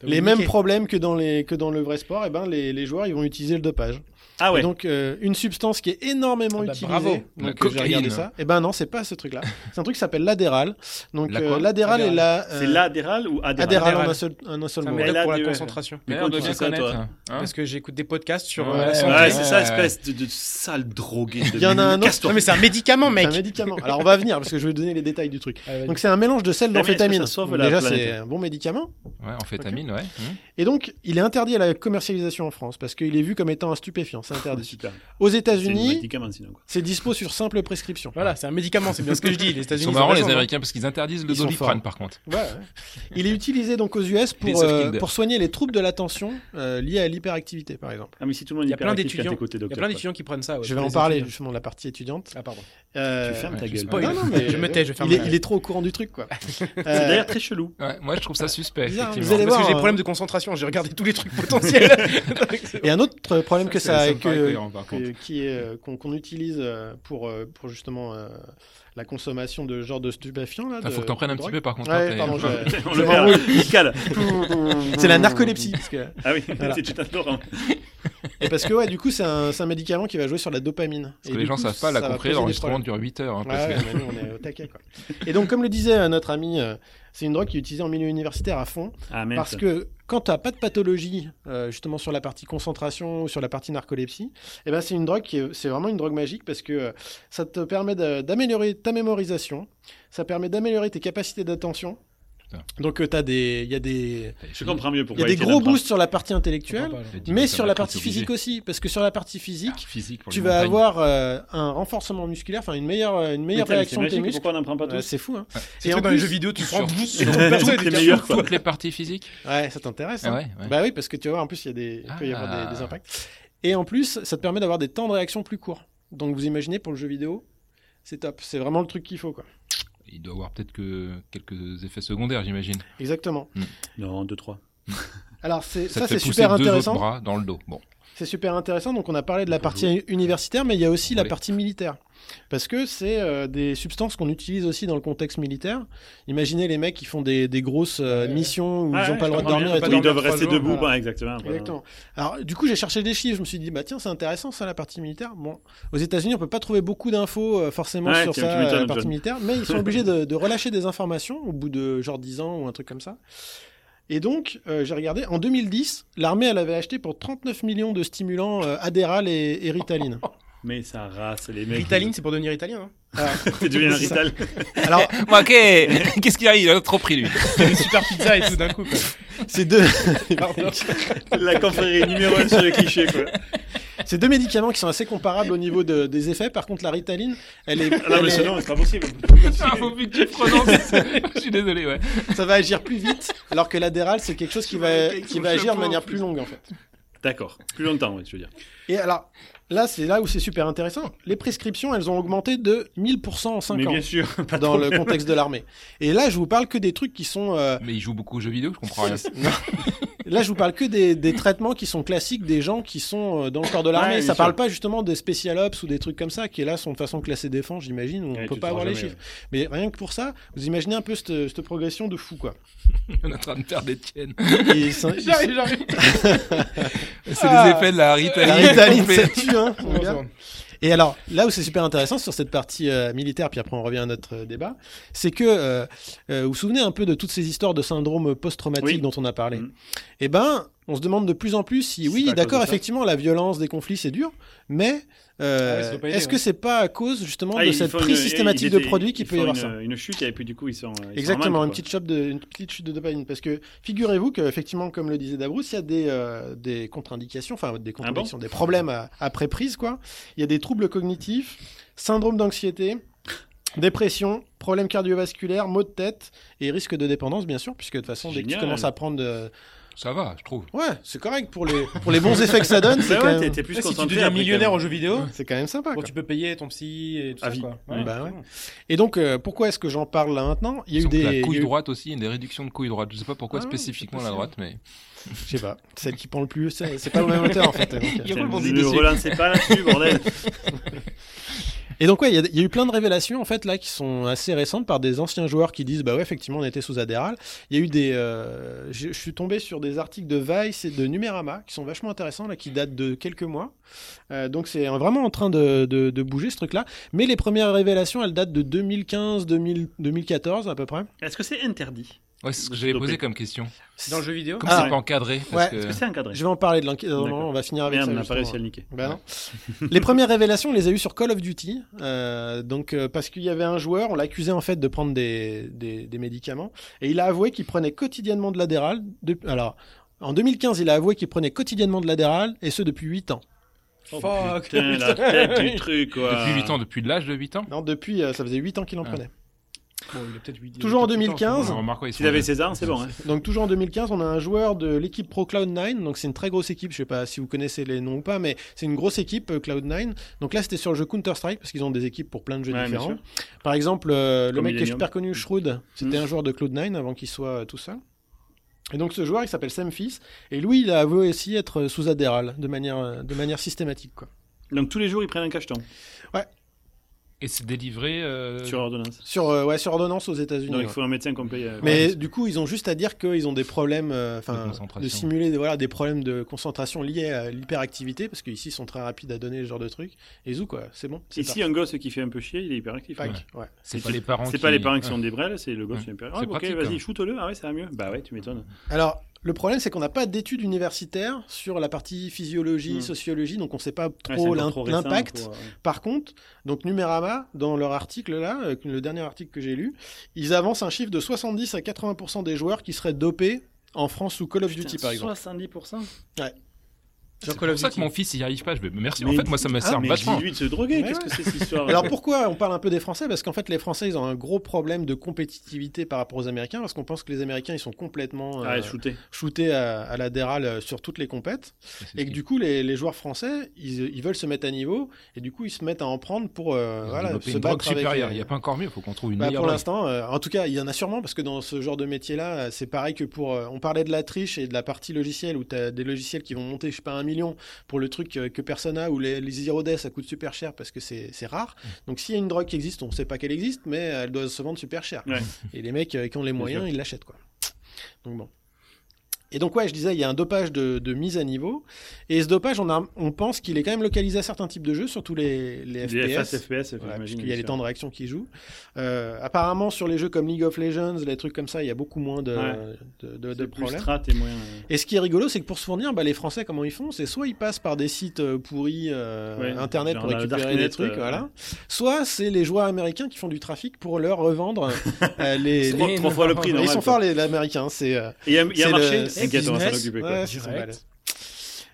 T'as les oublié. mêmes problèmes que dans, les, que dans le vrai sport. Eh ben, les, les joueurs, ils vont utiliser le dopage. Ah ouais. Et Donc euh, une substance qui est énormément Ah bah, utilisée. bravo. La donc euh, j'ai regardé cocaïne. ça. Et ben non, c'est pas ce truc-là. C'est un truc qui s'appelle l'adéral. Donc La euh, quoi l'adéral est la euh, C'est l'adéral ou adéral adéral en Adéral. un seul en un seul C'est un mot. Mais médoc là, pour du- la ouais. concentration. Mais Mais on quand doit tu bien fais ça, connaître. toi hein. Parce que j'écoute des podcasts sur Ouais, euh, la santé. Ouais, c'est ça, Ouais. espèce de, de sale drogué. De Il y en a un autre. Casse-toi. Non mais c'est un médicament C'est mec. un médicament. Alors on va venir parce que je vais vous donner les détails du truc. Ah, vas-y. Donc c'est un mélange de sel Ah oui, est-ce que ça d'amphétamine. sauve Donc, la Déjà planète c'est un bon médicament. Ouais, en fétamine, ouais. Hum. Et donc il est interdit à la commercialisation en France parce qu'il est vu comme étant un stupéfiant. C'est interdit. Super. Aux C'est une États-Unis, médicament sinon. quoi. c'est dispo sur simple prescription. Voilà, c'est un médicament, c'est bien ce que je dis. Les Ils États-Unis sont marrants, les raison, hein. Américains, parce qu'ils interdisent le Ils sont doliprane, forts. par contre. Ouais, ouais. Il est utilisé donc aux US pour, Des euh, Kinder. pour soigner les troubles de l'attention euh, liées à l'hyperactivité par exemple. Ah mais si tout le monde Il y a plein hyperactif, d'étudiants. t'es côté Il y a docteur. plein quoi. d'étudiants qui prennent ça. ouais, Je tous vais en les parler étudiants. justement de la partie étudiante. Ah pardon. Euh, Tu fermes ta Ouais, gueule. spoil. non, non, mais- Je me tais, je ferme il est, ma gueule. il est trop au courant du truc, quoi. Euh, C'est d'ailleurs très chelou. Ouais, moi, je trouve ça suspect. Bizarre, hein. effectivement. Vous allez Parce voir, que j'ai des hein. problèmes de concentration, j'ai regardé tous les trucs potentiels. et un autre problème que ça, me que- paraît cohérent, par contre. que- qui est, euh, qu'on qu'on utilise euh, pour euh, pour justement euh, la consommation de genre Ah, de stupéfiants là. Enfin, Ah, faut que t'en prennes un petit peu, par contre. hein, Ouais, t'es- pardon, je- On je le m'enroule. perd. Il cale. C'est la narcolepsie. Parce que, Ah oui, Voilà. c'est tout adorant. et parce que ouais, du coup, c'est un, c'est un médicament qui va jouer sur la dopamine. Parce que les gens savent pas la compris compris, l'enregistrement dure 8 heures. hein, Ouais, parce que- ouais, mais nous, on est au taquet, quoi. Et donc, comme le disait euh, notre ami, euh, c'est une drogue qui est utilisée en milieu universitaire à fond. Ah merde. Parce que quand tu pas de pathologie, euh, justement sur la partie concentration ou sur la partie narcolepsie, eh ben c'est une drogue qui est- c'est vraiment une drogue magique parce que euh, ça te permet de- d'améliorer ta mémorisation, ça permet d'améliorer tes capacités d'attention. Putain. Donc euh, t'as des, il y a des, Je comprends mieux il y pourquoi. a des il était gros là-dedans. boosts sur la partie intellectuelle, Je dis, mais ça sur va la être partie obligé. physique aussi, parce que sur la partie physique, Physique Ah, pour les tu vas montagnes. avoir euh, un renforcement musculaire, enfin une meilleure, euh, une meilleure Putain, mais c'est réaction de tes magique, muscles. Pourquoi on n'en prend pas Ouais, tous c'est fou, hein. C'est Et en dans les plus- jeux vidéo, tu Sur- prends tout sur- sur- sur les meilleurs, quoi. Toutes les parties physiques Ouais, ça t'intéresse. Ah hein. ouais, ouais. Bah oui, parce que tu vois, en plus, il, y a des... il peut y avoir Ah. des, des impacts. Et en plus, ça te permet d'avoir des temps de réaction plus courts. Donc, vous imaginez, pour le jeu vidéo, c'est top. C'est vraiment le truc qu'il faut, quoi. Il doit avoir peut-être que quelques effets secondaires, j'imagine. Exactement. Non, 2 3. Alors, c'est- Ça, ça, te fait c'est pousser super deux autres intéressant. bras dans le dos. Bon, C'est super intéressant. Donc, on a parlé de la Faut partie universitaire, mais il y a aussi Faut la jouer. partie militaire. Parce que c'est euh, des substances qu'on utilise aussi dans le contexte militaire. Imaginez les mecs qui font des, des grosses euh, Ouais. missions où Ouais, ils n'ont ouais, je pas le droit de comprends dormir bien. et Pas tout. Ils doivent trois rester jours, debout, voilà. bah, exactement. voilà. Exactement. Alors, du coup, j'ai cherché des chiffres. Je me suis dit, bah tiens, c'est intéressant ça, la partie militaire. Bon, aux États-Unis, on peut pas trouver beaucoup d'infos euh, forcément Ouais, sur tu- ça, tu m'étonnes, la partie John. militaire, mais ils sont obligés de, de relâcher des informations au bout de genre 10 ans ou un truc comme ça. Et donc, euh, j'ai regardé, en 2010, l'armée, elle avait acheté pour 39 millions de stimulants euh, Adderall et, et Ritaline. Mais ça race les mecs. Ritaline, c'est pour devenir italien. hein. c'est devenu un c'est ça. Rital. Alors, ok Qu'est-ce qu'il arrive Il a trop pris, lui. C'est une super pizza et tout d'un coup. quoi. ces deux, Pardon. La confrérie numéro 1 sur le cliché quoi. ces deux médicaments qui sont assez comparables au niveau de- des effets, par contre, la Ritaline, elle est, Ah non, elle mais est- c'est non, c'est pas possible. Ah, faut plus que tu prononces. Je suis désolé, ouais. ça va agir plus vite, alors que l'Adderall, c'est quelque chose qui va, Avec qui son va agir de chapeau, en manière plus. plus longue, en fait. D'accord. Plus longtemps, ouais, je veux dire. Et alors, là, c'est là où c'est super intéressant. Les prescriptions, elles ont augmenté de 1000% en 5 Mais ans bien sûr, pas de dans le problème. contexte de l'armée. Et là, je vous parle que des trucs qui sont... euh, Mais il joue beaucoup aux jeux vidéo, je comprends rien. non. Là, je vous parle que des, des traitements qui sont classiques des gens qui sont euh, dans le corps de l'armée. Ouais, bien ça parle sûr. pas justement des spécial ops ou des trucs comme ça qui là sont de façon classée défense, j'imagine, où on Ouais, peut tu pas te avoir feras les jamais, chiffres. Mais rien que pour ça, vous imaginez un peu cette, cette progression de fou quoi. On est en train de perdre des tiennes. Et ça- J'arrive, j'arrive. C'est Ah. les effets de la La Ritaline. Ritaline, qu'on fait. ça tue, hein, mon gars. Heureusement. Et alors, là où c'est super intéressant sur cette partie euh, militaire, puis après on revient à notre euh, débat, c'est que euh, euh, vous vous souvenez un peu de toutes ces histoires de syndrome post-traumatique Oui. dont on a parlé. Mhm. Eh ben, on se demande de plus en plus si, C'est pas oui, à d'accord, cause de ça. effectivement, la violence des conflits c'est dur, mais euh, Ah ouais, ça doit pas aider, est-ce que ouais. c'est pas à cause justement Ah, de ils cette font prise une- systématique ils de étaient- produits qu'il ils peut y font avoir une, ça Une chute et puis du coup ils sont. ils sont en Exactement, manque, une quoi. petite, chope de, une petite chute de dopamine. Parce que figurez-vous que, effectivement, comme le disait Dabrous, il y a des, euh, des contre-indications, enfin des Ah contre-indications, des problèmes à- après prise, quoi. Il y a des troubles cognitifs, syndrome d'anxiété, dépression, problèmes cardiovasculaires, maux de tête et risque de dépendance, bien sûr, puisque de toute façon, dès que tu Génial. commences à prendre. de- Ça va, je trouve. Ouais, c'est correct pour les, pour les bons effets que ça donne, Bah c'est ouais, quand, t'es- même- t'es plus Là, si tu concentré. deviens après, millionnaire quand en même. jeu vidéo, c'est quand même sympa. bon, quoi. tu peux payer ton psy et tout À ça. vie. Quoi. Ouais. Bah ouais. carrément. Et donc, euh, pourquoi est-ce que j'en parle là maintenant Il y a eu Sans que des. La il y couille a eu- droite aussi, il y a des réductions de couille droite. Je sais pas pourquoi Ah, c'est spécifiquement la possible. droite, mais Je sais pas, celle qui prend le plus, c'est c'est pas au même hauteur en fait. donc, euh. Il y a Putain, pas le bandit Ne dessus. relancez pas là-dessus, bordel. Et donc ouais, il y a- il y, a eu plein de révélations en fait là qui sont assez récentes par des anciens joueurs qui disent bah ouais effectivement on était sous Adderall. Il y a eu des, euh, je je suis tombé sur des articles de Vice et de Numérama qui sont vachement intéressants là qui datent de quelques mois. Euh, donc c'est euh, vraiment en train de, de, de bouger ce truc là. Mais les premières révélations elles datent de 2015, 2000, 2014 à peu près. Est-ce que c'est interdit ouais, c'est ce que Se j'avais posé doper. comme question. Dans le jeu vidéo Comme Ah, c'est ouais. pas encadré, Ouais. parce que Est-ce que c'est encadré Je vais en parler de l'enquête. non, D'accord. On va finir avec Merde, ça. on n'a pas justement. réussi à le niquer. Bah non. les premières révélations, on les a eues sur Call of Duty. euh, donc, euh, parce qu'il y avait un joueur, on l'accusait en fait de prendre des, des, des médicaments. Et il a avoué qu'il prenait quotidiennement de l'adéral. alors, en 2015, il a avoué qu'il prenait quotidiennement de l'adéral, et ce depuis 8 ans. Oh, Fuck. Putain, la tête du truc, quoi. depuis 8 ans, depuis l'âge de 8 ans. Non, depuis, euh, ça faisait 8 ans qu'il en Ah. prenait. Bon, il a peut-être huit- il a Toujours en peut-être huit ans, 2015. On remarque, ouais, ils sont S'ils avaient César, c'est bon. hein. Donc, toujours en 2015, on a un joueur de l'équipe Pro Cloud9. Donc, c'est une très grosse équipe. Je sais pas si vous connaissez les noms ou pas, mais c'est une grosse équipe euh, Cloud9. Donc là, c'était sur le jeu Counter-Strike, parce qu'ils ont des équipes pour plein de jeux Ouais, bien différents. sûr. Par exemple, euh, le Comme mec qui est Millennium. super connu, Shroud, c'était Mm. un joueur de Cloud9 avant qu'il soit euh, tout seul. Et donc ce joueur, il s'appelle Sam Fis, et lui, il a avoué aussi être euh, sous Adderall de manière, euh, de manière systématique. Quoi. Donc tous les jours, ils prennent un cacheton Et c'est délivré. euh, sur ordonnance. Sur, euh, ouais, sur ordonnance aux États-Unis. Donc il ouais. faut un médecin complet. euh, Mais ouais. du coup, ils ont juste à dire qu'ils ont des problèmes, euh, enfin, De de, concentration. simuler des- voilà, des problèmes de concentration liés à l'hyperactivité, parce qu'ici, ils sont très rapides à donner ce genre de trucs. Et zou, quoi, c'est bon. c'est Et si un gosse qui fait un peu chier, il est hyperactif. parti. Pack, ouais. C'est C'est pas les parents. C'est pas les parents qui Ouais. sont des brels, c'est le gosse Ouais. qui est hyper- C'est Ah, ok, pratique, vas-y, hein. shoot-le, ah ouais, ça va mieux. Bah ouais, tu m'étonnes. Alors, le problème, c'est qu'on n'a pas d'études universitaires sur la partie physiologie, Mm. sociologie, donc on ne sait pas Ouais, trop c'est encore l'im- trop récent l'impact. pour, euh, Par contre, donc Numérama, dans leur article là, euh, le dernier article que j'ai lu, ils avancent un chiffre de 70 à 80% des joueurs qui seraient dopés en France sous Call of putain, Duty par exemple. 70% C'est Call pour of ça que Duty. mon fils il y arrive pas. Je vais. Merci. En Mais- fait, moi ça me Ah, sert mais vachement. 18 se droguer, Ouais, qu'est-ce que c'est cette histoire Alors pourquoi on parle un peu des Français Parce qu'en fait les Français ils ont un gros problème de compétitivité par rapport aux Américains parce qu'on pense que les Américains ils sont complètement euh, Ah, shooter. shootés à, à la dérale euh, sur toutes les compètes. Et que du coup, les, les joueurs français, ils, ils veulent se mettre à niveau et du coup, ils se mettent à en prendre pour euh, voilà, voilà, se une drogue battre avec. supérieure. euh, Il y a pas encore mieux. Faut qu'on trouve une bah, meilleure. pour drogue. l'instant, euh, en tout cas, il y en a sûrement parce que dans ce genre de métier-là, euh, c'est pareil que pour. euh, on parlait de la triche et de la partie logicielle où tu as des logiciels qui vont monter, je sais pas, un million pour le truc euh, que personne n'a ou les, les Zero Day, ça coûte super cher parce que c'est c'est rare. Mm. Donc s'il y a une drogue qui existe, on sait pas qu'elle existe, mais elle doit se vendre super cher. Ouais. Et les mecs euh, qui ont les Bien moyens, ils l'achètent quoi. Donc bon. Et donc ouais, je disais, il y a un dopage de, de mise à niveau. Et ce dopage, on, a, on pense qu'il est quand même localisé à certains types de jeux, surtout les, les Des FPS. FPS, FPS, Voilà, j'imagine, puisqu'il y a bien les sûr. temps de réaction qui jouent. Euh, apparemment, sur les jeux comme League of Legends, les trucs comme ça, il y a beaucoup moins de, Ouais. de, de- de C'est plus problèmes. strat et moyen, euh. Et ce qui est rigolo, c'est que pour se fournir, bah, les Français, comment ils font C'est soit ils passent par des sites euh, pourris euh, Ouais, internet genre pour la récupérer Darknet, des trucs, euh, voilà. Soit c'est les joueurs américains qui font du trafic pour leur revendre euh, les. Trois- les- trois fois le prix, Ils normal, sont quoi. forts les, les Américains, c'est. euh, Et Il y a, il y a C'est un le- marché, c'est t'inquiète, on va s'en business. occuper. quoi. Ouais, quoi. c'est Direct. son balai.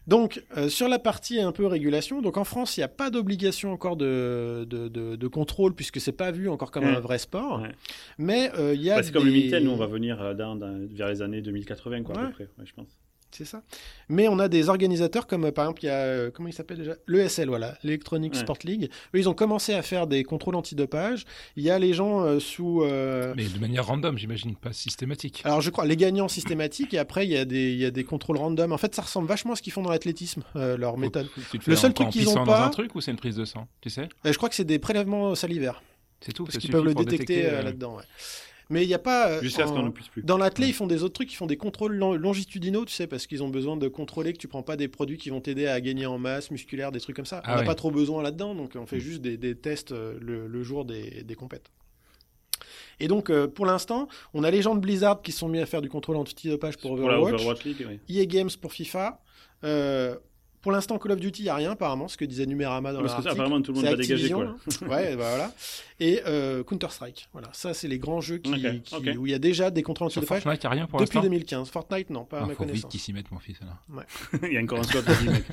Donc, euh, sur la partie un peu régulation, donc en France, il n'y a pas d'obligation encore de, de, de- de contrôle puisque c'est pas vu encore comme Ouais. un vrai sport. Mm. Ouais. Mais euh, il y a. Bah, c'est comme des- le Minitel, nous on va venir euh, dans- dans- vers les années 2080, quoi, à Ouais. peu près, ouais, je pense. C'est ça. Mais on a des organisateurs comme, euh, par exemple, il y a, euh, comment il s'appelle déjà L'ESL, voilà, l'Electronic Ouais. Sport League. Eux, ils ont commencé à faire des contrôles antidopage. Il y a les gens euh, sous. euh, Mais de manière random, j'imagine, pas systématique. Alors, je crois, les gagnants systématiques, et après, il y, a des, il y a des contrôles random. En fait, ça ressemble vachement à ce qu'ils font dans l'athlétisme, euh, leur méthode. Tu te Le fais seul en- truc en qu'ils ont pissant pas- dans un truc ou c'est une prise de sang, tu sais Euh, je crois que c'est des prélèvements salivaires, C'est tout. parce ça qu'ils suffit peuvent le pour détecter, euh, euh, là-dedans. ouais. Mais il n'y a pas. euh, Jusqu'à ce en- qu'on ne puisse plus. Dans l'athlé, ils font des autres trucs, ils font des contrôles long- longitudinaux, tu sais, parce qu'ils ont besoin de contrôler que tu prends pas des produits qui vont t'aider à gagner en masse musculaire, des trucs comme ça. Ah on n'a ouais. pas trop besoin là-dedans, donc on fait juste des, des tests euh, le, le jour des, des compètes. Et donc, euh, pour l'instant, on a les gens de Blizzard qui se sont mis à faire du contrôle antidopage pour, Pour la Overwatch, Overwatch League, oui. EA Games pour FIFA. euh, pour l'instant, Call of Duty, il n'y a rien, apparemment, ce que disait Numérama dans Parce que ça, l'article. apparemment, tout le monde C'est va dégager, Activision, quoi. là. là. ouais, bah voilà. Et euh, Counter-Strike. Voilà, ça, c'est les grands jeux qui, Ok, qui- ok. où il y a déjà des contrôles Sur antidopage Fortnite, y a rien pour depuis l'instant. 2015. Fortnite, non, pas à Ah, ma faut vite connaissance. qu'ils s'y mettent, mon fils. Là. Il y a encore un swap, vas-y, mec.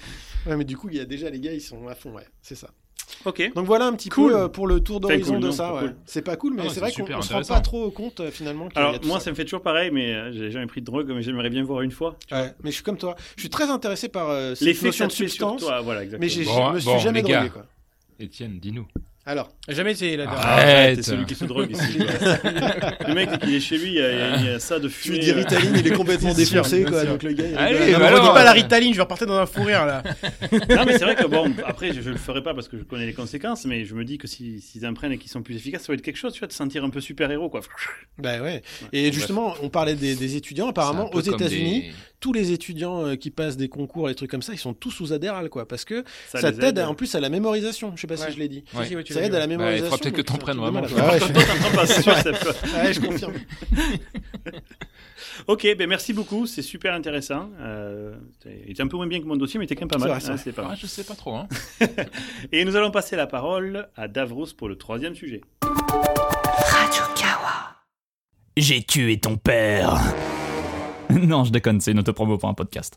Ouais, mais du coup, il y a déjà les gars, ils sont à fond, ouais, c'est ça. Ok. Donc voilà un petit Cool. peu euh, pour le tour d'horizon Enfin, cool, de non, ça. pas ouais. cool. C'est pas cool, mais Ah, c'est c'est vrai qu'on super on se rend intéressant. pas trop compte euh, finalement. qu'il y a Alors, tout moi, ça. ça me fait toujours pareil, mais euh, j'ai jamais pris de drogue, mais j'aimerais bien voir une fois. Ouais, mais je suis comme toi. Je suis très intéressé par euh, cette L'effet notion ça de te fait sur substance, toi, voilà, exactement. mais j'ai- je Bon, me suis bon, jamais les gars. drogué. Quoi. Etienne, dis-nous. Alors, Jamais essayé la dernière. Arrête, Arrête. c'est celui qui se drogue ici. quoi. le mec, dès qu'il est chez lui, il y, a- il y a ça de tu lui fumée. euh. dis Ritaline, il est complètement C'est sûr, défoncé, bien quoi. sûr. Donc le gars, il est Allez, dans- bah Non, mais alors, redis pas la euh, Ritaline, je vais repartir dans un fou rire là. non, mais c'est vrai que bon, après, je, je le ferai pas parce que je connais les conséquences, mais je me dis que si- s'ils imprègnent et qu'ils sont plus efficaces, ça va être quelque chose, tu vois, de sentir un peu super-héros, quoi. Bah ouais. Et justement, on parlait des, des étudiants. Apparemment, C'est un aux peu comme États-Unis, des- tous les étudiants euh, qui passent des concours et des trucs comme ça, ils sont tous sous adhéral, quoi. Parce que ça, les t'aide hein. aide. en plus à la mémorisation. Je sais pas Ouais. si je l'ai dit. Ouais. Si, si, ouais, tu ça l'as aide dit, à la mémorisation. faudrait peut-être donc que t'en c'est un prennes peu de mal vraiment, à- Par contre, toi, t'entends pas, c'est sûr, ça peut- Ouais, je confirme. Ok, ben merci beaucoup, c'est super intéressant. Euh, c'était- il était un peu moins bien que mon dossier, mais t'es quand même pas C'est mal. vrai, c'est hein, vrai. c'est pas mal. Ah, je sais pas trop. Hein. Et nous allons passer la parole à Davros pour le troisième sujet. Radio Kawa. J'ai tué ton père. Non, je déconne, c'est une autopromo pour un podcast.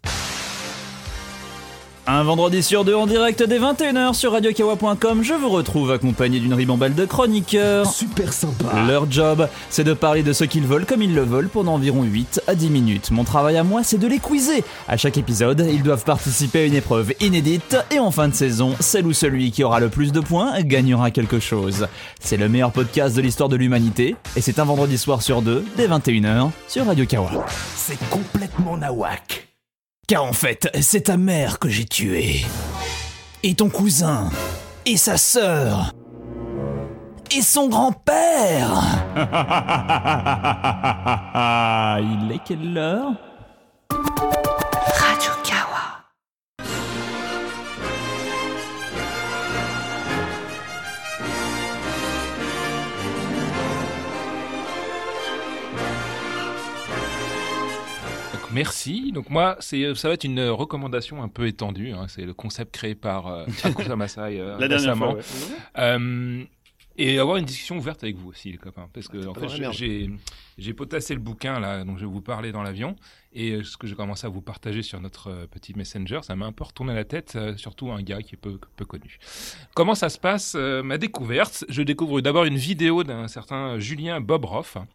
Un vendredi sur deux en direct dès 21h sur radiokawa.com, je vous retrouve accompagné d'une ribambelle de chroniqueurs. Super sympa. Leur job, c'est de parler de ce qu'ils veulent comme ils le veulent pendant environ 8 à 10 minutes. Mon travail à moi, c'est de les quizer. À chaque épisode, ils doivent participer à une épreuve inédite et en fin de saison, celle ou celui qui aura le plus de points gagnera quelque chose. C'est le meilleur podcast de l'histoire de l'humanité et c'est un vendredi soir sur deux dès 21h sur Radio Kawa. C'est complètement nawak. Car en fait, c'est ta mère que j'ai tuée. Et ton cousin. Et sa sœur. Et son grand-père. Il est quelle heure Radio Kawa. Donc, merci. Donc moi, c'est ça va être une euh, recommandation un peu étendue. hein. C'est le concept créé par euh, Hakusa Masai euh, La dernière récemment. fois. ouais. Euh, et avoir une discussion ouverte avec vous aussi, les copains. Parce que, en Ah, pas fait, dans la j'ai- merde. j'ai, j'ai potassé le bouquin, là, dont je vais vous parler dans l'avion. Et euh, ce que j'ai commencé à vous partager sur notre euh, petit messenger, ça m'a un peu retourné la tête, euh, surtout un gars qui est peu, peu connu. Comment ça se passe euh, Ma découverte, je découvre d'abord une vidéo d'un certain Julien Bobroff, hein,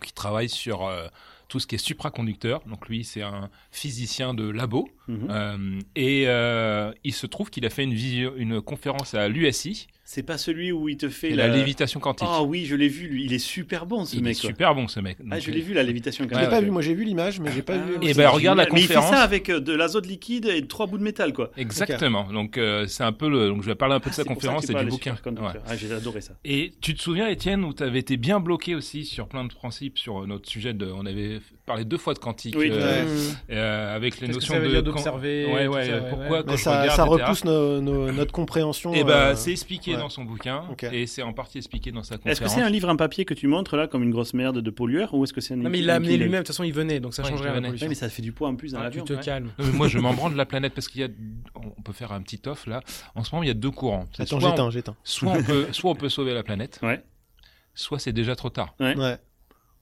qui travaille sur euh, tout ce qui est supraconducteur. Donc lui, c'est un physicien de labo. Mhm. Euh, et euh, il se trouve qu'il a fait une, visio- une conférence à l'USI, C'est pas celui où il te fait et la. la lévitation quantique. Ah oui, je l'ai vu, lui. Il est super bon, ce il mec. est quoi. super bon ce mec. Ah, Donc, je euh, l'ai vu, la lévitation quand Je Ouais, l'ai même. pas ok. vu. Moi, j'ai vu l'image, mais j'ai Ah pas vu. Eh Et ben, regarde la Mais il fait conférence. ça avec euh, de l'azote liquide et trois bouts de métal, quoi. Ah, Exactement. Donc euh, c'est un peu le. Donc je vais parler un peu de sa C'est pour ça que conférence tu et parles du des bouquin. superconducteurs. Ouais. Ah, j'ai adoré ça. Et tu te souviens, Étienne, où tu avais été bien bloqué aussi sur plein de principes, sur euh, notre sujet de. On avait parlé deux fois de quantique Oui, euh, Ouais. euh, avec les Qu'est-ce que notions ça veut de. dire quand- d'observer, Ouais, tout ouais. euh, ça, ouais, pourquoi ouais. quand Mais je ça, regarde, ça etc. repousse nos- nos- notre compréhension. Et bah, euh, c'est expliqué ouais. dans son bouquin Ok. et c'est en partie expliqué dans sa conférence. Est-ce que c'est un livre en papier que tu montres là comme une grosse merde de pollueur ou est-ce que c'est un Non, mais un il l'a amené Kindle lui-même, de toute façon il venait, donc ça Ouais, change il rien à la venait. Ouais, pollution. mais ça te fait du poids en plus dans Ah, l'avion. Tu te ouais. calmes. Non, mais Euh, moi, je m'en branle de la planète parce qu'il y a, on peut faire un petit off là. En ce moment, il y a deux courants. C'est Attends, soit, j'éteins, on, j'éteins. soit on peut, soit on peut sauver la planète. Ouais. Soit c'est déjà trop tard. Ouais. Ouais.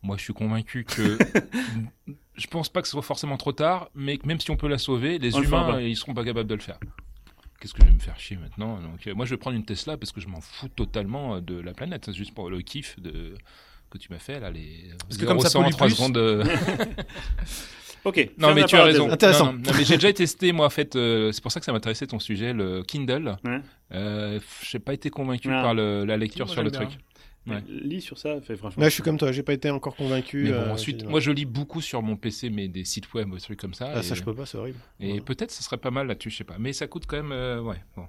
Moi, je suis convaincu que je pense pas que ce soit forcément trop tard, mais que même si on peut la sauver, les On le fera humains, pas. ils seront pas capables de le faire. Qu'est-ce que je vais me faire chier hein, maintenant Donc, euh, moi, je vais prendre une Tesla parce que je m'en fous totalement euh, de la planète, C'est juste pour le kiff de que tu m'as fait là les Parce que comme ça 0, pollue 3 plus. secondes. euh, Ok. Non ferme mais la tu as raison. parenthèse. Intéressant. Non, non, non, mais j'ai déjà testé moi en fait. euh, c'est pour ça que ça m'intéressait ton sujet le Kindle. Ouais. Euh, j'ai pas été convaincu Ah. par le- la lecture Moi, sur le j'aime truc. Ouais. Lis sur ça, fait franchement. Là, je suis comme toi, j'ai pas été encore convaincu. Mais bon, euh, ensuite, j'ai- moi je lis beaucoup sur mon PC, mais des sites web, des trucs comme ça. Ah, et ça, je peux pas, c'est horrible. et Voilà. peut-être ce serait pas mal là-dessus, je sais pas. Mais ça coûte quand même. euh, ouais, bon.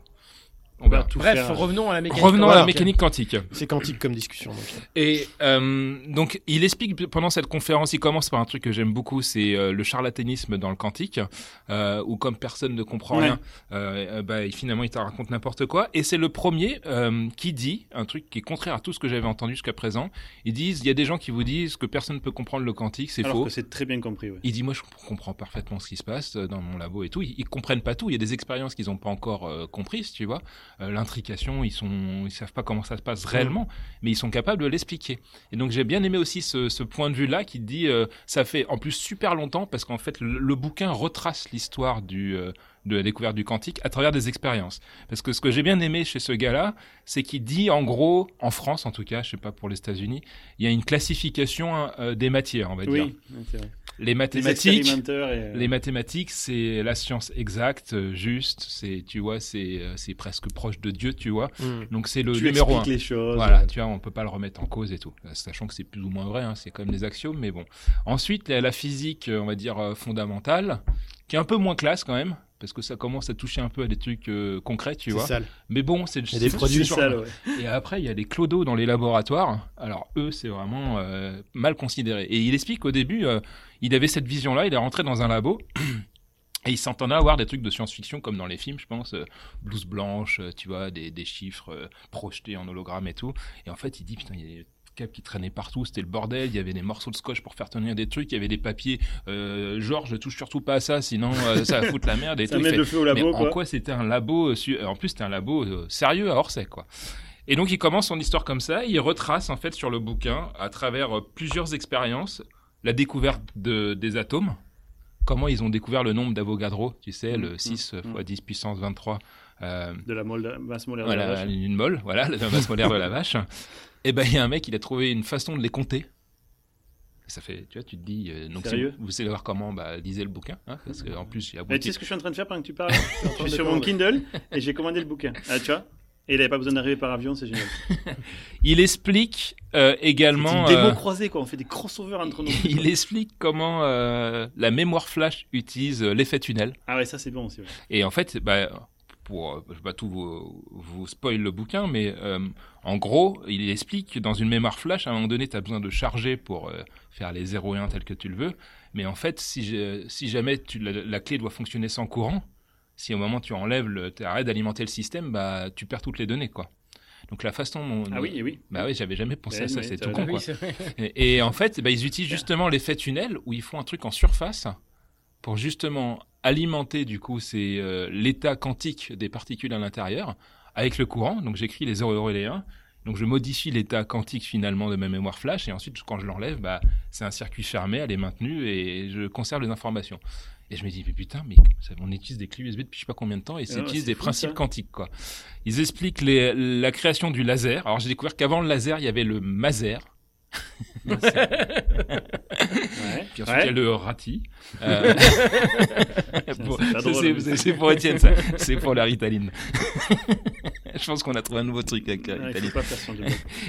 On on va verra. tout Bref, faire. revenons à la mécanique. Revenons à la quantique. mécanique quantique. C'est quantique comme discussion. donc. Et euh, donc, il explique pendant cette conférence, il commence par un truc que j'aime beaucoup, c'est euh, le charlatanisme dans le quantique, euh, où comme personne ne comprend Ouais. rien, euh, euh, bah, il- finalement, il te raconte n'importe quoi. Et c'est le premier euh, qui dit un truc qui est contraire à tout ce que j'avais entendu jusqu'à présent. Ils disent, il y a des gens qui vous disent que personne ne peut comprendre le quantique, c'est Alors faux. que c'est très bien compris. Ouais. Il dit moi je comprends parfaitement ce qui se passe euh, dans mon labo et tout. Ils, ils comprennent pas tout. Il y a des expériences qu'ils n'ont pas encore euh, comprises, tu vois. Euh, L'intrication, ils sont, ils savent pas comment ça se passe réellement, mais ils sont capables de l'expliquer. Et donc j'ai bien aimé aussi ce, ce point de vue là qui dit euh, ça fait en plus super longtemps parce qu'en fait le, le bouquin retrace l'histoire du euh, de la découverte du quantique à travers des expériences. Parce que ce que j'ai bien aimé chez ce gars-là, c'est qu'il dit en gros, en France en tout cas, je sais pas pour les États-Unis, il y a une classification euh, des matières, on va dire. Oui, c'est vrai. Les Les mathématiques, expérimenteurs et, euh, les mathématiques, c'est la science exacte, euh, juste, c'est tu vois, c'est euh, c'est presque proche de Dieu, tu vois. Hmm. Donc c'est le tu numéro expliques un. les choses. Voilà, tu vois, on peut pas le remettre en cause et tout, Euh, sachant que c'est plus ou moins vrai, hein, c'est quand même des axiomes, mais bon. Ensuite, la, la physique, euh, on va dire euh, fondamentale, qui est un peu moins classe quand même, parce que ça commence à toucher un peu à des trucs euh, concrets, tu vois. C'est sale. Mais bon, c'est y a des c'est- produits c'est C'est sur- ça, ouais. et après, il y a les clodos dans les laboratoires. Alors, eux, c'est vraiment euh, mal considéré. Et il explique qu'au début, euh, il avait cette vision-là, il est rentré dans un labo. Et il s'entendait avoir des trucs de science-fiction comme dans les films, je pense, euh, blouse blanche, euh, tu vois, des, des chiffres euh, projetés en hologramme et tout. Et en fait, il dit, putain, il y a des câbles qui traînaient partout, c'était le bordel, il y avait des morceaux de scotch pour faire tenir des trucs, il y avait des papiers, euh, genre, je touche surtout pas à ça, sinon euh, ça va foutre la merde et Ça tout. Il met fait, le feu au mais labo, en quoi. quoi c'était un labo euh, su- euh, En plus, c'était un labo euh, sérieux à Orsay, quoi. Et donc, il commence son histoire comme ça. Il retrace, en fait, sur le bouquin, à travers euh, plusieurs expériences, la découverte de- des atomes. Comment ils ont découvert le nombre d'Avogadro, tu sais, le Mhm. 6 Mhm. fois 10 puissance 23. euh, De la molde- masse molaire de la voilà, vache. une molle, voilà, la masse molaire de la vache. Et ben, il y a un mec, il a trouvé une façon de les compter. Ça fait, tu vois, tu te dis, euh, donc, si Sérieux vous, vous savez voir comment, bah, lisez le bouquin, hein, parce qu'en plus, il y a Mais tu sais ce que je suis en train de faire pendant que tu parles Je suis sur mon Kindle et j'ai commandé le bouquin. Ah, tu vois Et il n'avait pas besoin d'arriver par avion, c'est génial. Il explique euh, C'est une également. démo euh, croisée, quoi. On fait des crossovers entre nous. il explique comment euh, la mémoire flash utilise euh, l'effet tunnel. Ah ouais, ça c'est bon aussi. ouais. Et en fait, bah, pour euh, je vais pas tout vous, vous spoil le bouquin, mais euh, en gros, il explique que dans une mémoire flash, à un moment donné, tu as besoin de charger pour euh, faire les 0 et 1 tels que tu le veux. Mais en fait, si, je- si jamais tu, la, la clé doit fonctionner sans courant, si au moment tu enlèves, le- tu arrêtes d'alimenter le système, bah, tu perds toutes les données, quoi. Donc la façon dont Ah oui, et oui. bah oui, j'avais jamais pensé Ben à ça, oui, c'est t'as tout raison. con Oui, quoi. c'est vrai. Et, et en fait, bah, ils utilisent justement l'effet tunnel où ils font un truc en surface pour justement alimenter du coup c'est l'état quantique des particules à l'intérieur avec le courant. Donc j'écris les 0 et les 1. Donc je modifie l'état quantique finalement de ma mémoire flash et ensuite quand je l'enlève, bah, c'est un circuit fermé, elle est maintenue et je conserve les informations. Et je me dis mais putain, mais ça- on utilise des clés USB depuis je sais pas combien de temps et Ah ils ouais, utilisent c'est des fou, principes ça. quantiques quoi. Ils expliquent les- la création du laser. Alors j'ai découvert qu'avant le laser, il y avait le maser. Ouais. Puis ensuite, il y a Ouais. le rati. Euh, pour- c'est pas drôle, c'est- mais c'est- c'est pour Étienne, ça. C'est pour la Ritaline. Je pense qu'on a trouvé un nouveau truc avec la Ouais, il Ritaline. faut pas faire son job.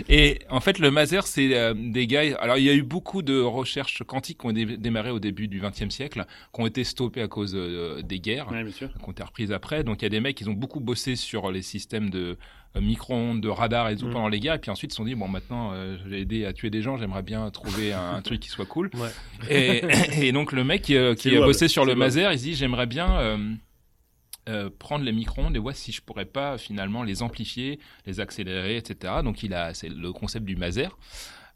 Et en fait, le maser, c'est euh, des gars. Alors, il y a eu beaucoup de recherches quantiques qui ont dé- démarré au début du XXe siècle, qui ont été stoppées à cause euh, des guerres Ouais, bien sûr. qui ont été reprises après. Donc il y a des mecs, ils ont beaucoup bossé sur les systèmes de euh, micro-ondes, de radar et tout Mm. pendant les guerres. Et puis ensuite, ils se sont dit, bon, maintenant, euh, j'ai aidé à tuer des gens, j'aimerais bien trouver un, un truc qui soit cool. Ouais. Et, et donc le mec euh, C'est qui a louable, bossé sur c'est le louable. maser, il se dit, j'aimerais bien... euh, euh, prendre les micro-ondes et voir si je pourrais pas finalement les amplifier, les accélérer, etc. Donc il a, c'est le concept du maser.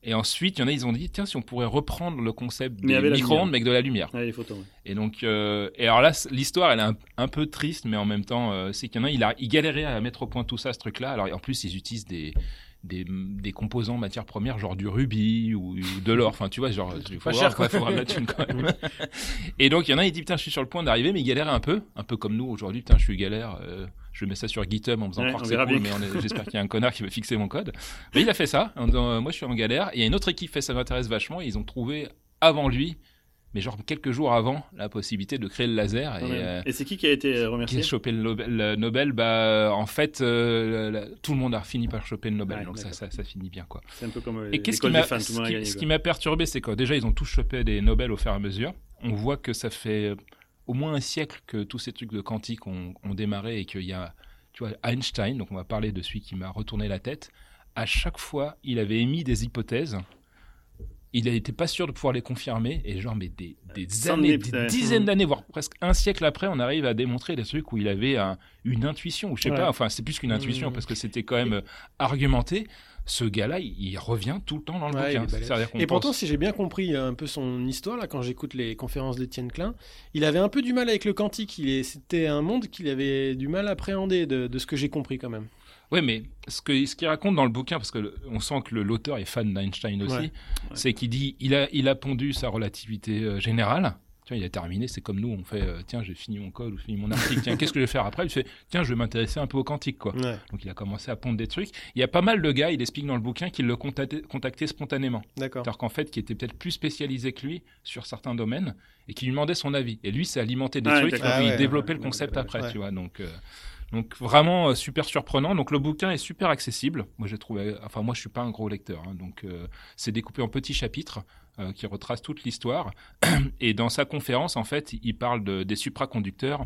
Et ensuite, il y en a, ils ont dit, tiens, si on pourrait reprendre le concept Mais des avec la micro-ondes, mais avec de la lumière. Ouais, les photos. ouais. Et donc, euh, et alors là, c- l'histoire, elle est un, un peu triste, mais en même temps, euh, c'est qu'il y en a, un, il a, il galérait à mettre au point tout ça, ce truc-là. Alors, en plus, ils utilisent des, des, des composants matières premières, genre du rubis ou, ou de l'or. Enfin, tu vois, genre, il faut pas voir, cher, quoi. faut avoir de la thune, quand même. et donc, il y en a, un, il dit, putain, je suis sur le point d'arriver, mais il galère un peu, un peu comme nous aujourd'hui, putain, je suis galère. euh, Je mets ça sur GitHub en faisant Ouais, on croire que c'est verra cool, mais bien. on est- j'espère qu'il y a un connard qui va fixer mon code. Mais il a fait ça. en disant, euh, moi, je suis en galère. Et une autre équipe fait ça m'intéresse vachement. Et ils ont trouvé avant lui, mais genre quelques jours avant, la possibilité de créer le laser. Et, Quand même. euh, Et c'est qui qui a été euh, qui a remercié chopé le Nobel, le Nobel, bah, en fait, euh, la- la- tout le monde a fini par choper le Nobel, Ouais, donc ça, d'accord. ça, ça finit bien, quoi. C'est un peu comme euh, Et qu'est-ce qui l'école des m'a, fans, tout le ce monde a qui- gagné, ce qui quoi. m'a perturbé, c'est que déjà, ils ont tous chopé des Nobel au fur et à mesure. On voit que ça fait euh, au moins un siècle que tous ces trucs de quantique ont, ont démarré et qu'il y a, tu vois, Einstein, donc on va parler de celui qui m'a retourné la tête. À chaque fois, il avait émis des hypothèses. Il n'était pas sûr de pouvoir les confirmer. Et genre, mais des, des Sans années, nip, des ouais. dizaines Mhm. d'années, voire presque un siècle après, on arrive à démontrer des trucs où il avait un- une intuition, ou je sais Ouais. pas, enfin, c'est plus qu'une intuition Mmh. Mhm. parce que c'était quand même euh, argumenté ce gars-là, il, il revient tout le temps dans le Ouais, bouquin. il est balèze. C'est-à-dire qu'on Et pourtant, pense- si j'ai bien compris euh, un peu son histoire, là, quand j'écoute les conférences d'Étienne Klein, il avait un peu du mal avec le quantique. Il est- C'était un monde qu'il avait du mal à appréhender, de, de ce que j'ai compris quand même. Ouais, mais ce que ce qu'il raconte dans le bouquin, parce que le- on sent que le- l'auteur est fan d'Einstein aussi, Ouais. c'est qu'il dit il a il a pondu sa relativité euh, générale. Tiens, il a terminé. C'est comme nous, on fait euh, tiens j'ai fini mon code ou fini mon article. tiens, qu'est-ce que je vais faire après Il fait tiens je vais m'intéresser un peu au quantique Mm. quoi. Ouais, Donc il a commencé à pondre des trucs. Il y a pas mal de gars, il explique dans le bouquin qu'il le contactait, contactait spontanément. d'accord. C'est-à-dire qu'en fait, qui était peut-être plus spécialisé que lui sur certains domaines et qui lui demandait son avis. Et lui, ça alimentait des Ah, trucs et d'accord. puis Ah il ouais, développait ouais, le ouais, concept ouais, après, ouais. tu vois. Donc, euh, donc vraiment euh, super surprenant. Donc le bouquin est super accessible. Moi, j'ai trouvé. Enfin, moi, je suis pas un gros lecteur, hein. donc euh, c'est découpé en petits chapitres. euh, qui retracent toute l'histoire. Et dans sa conférence, en fait, il parle de- des supraconducteurs.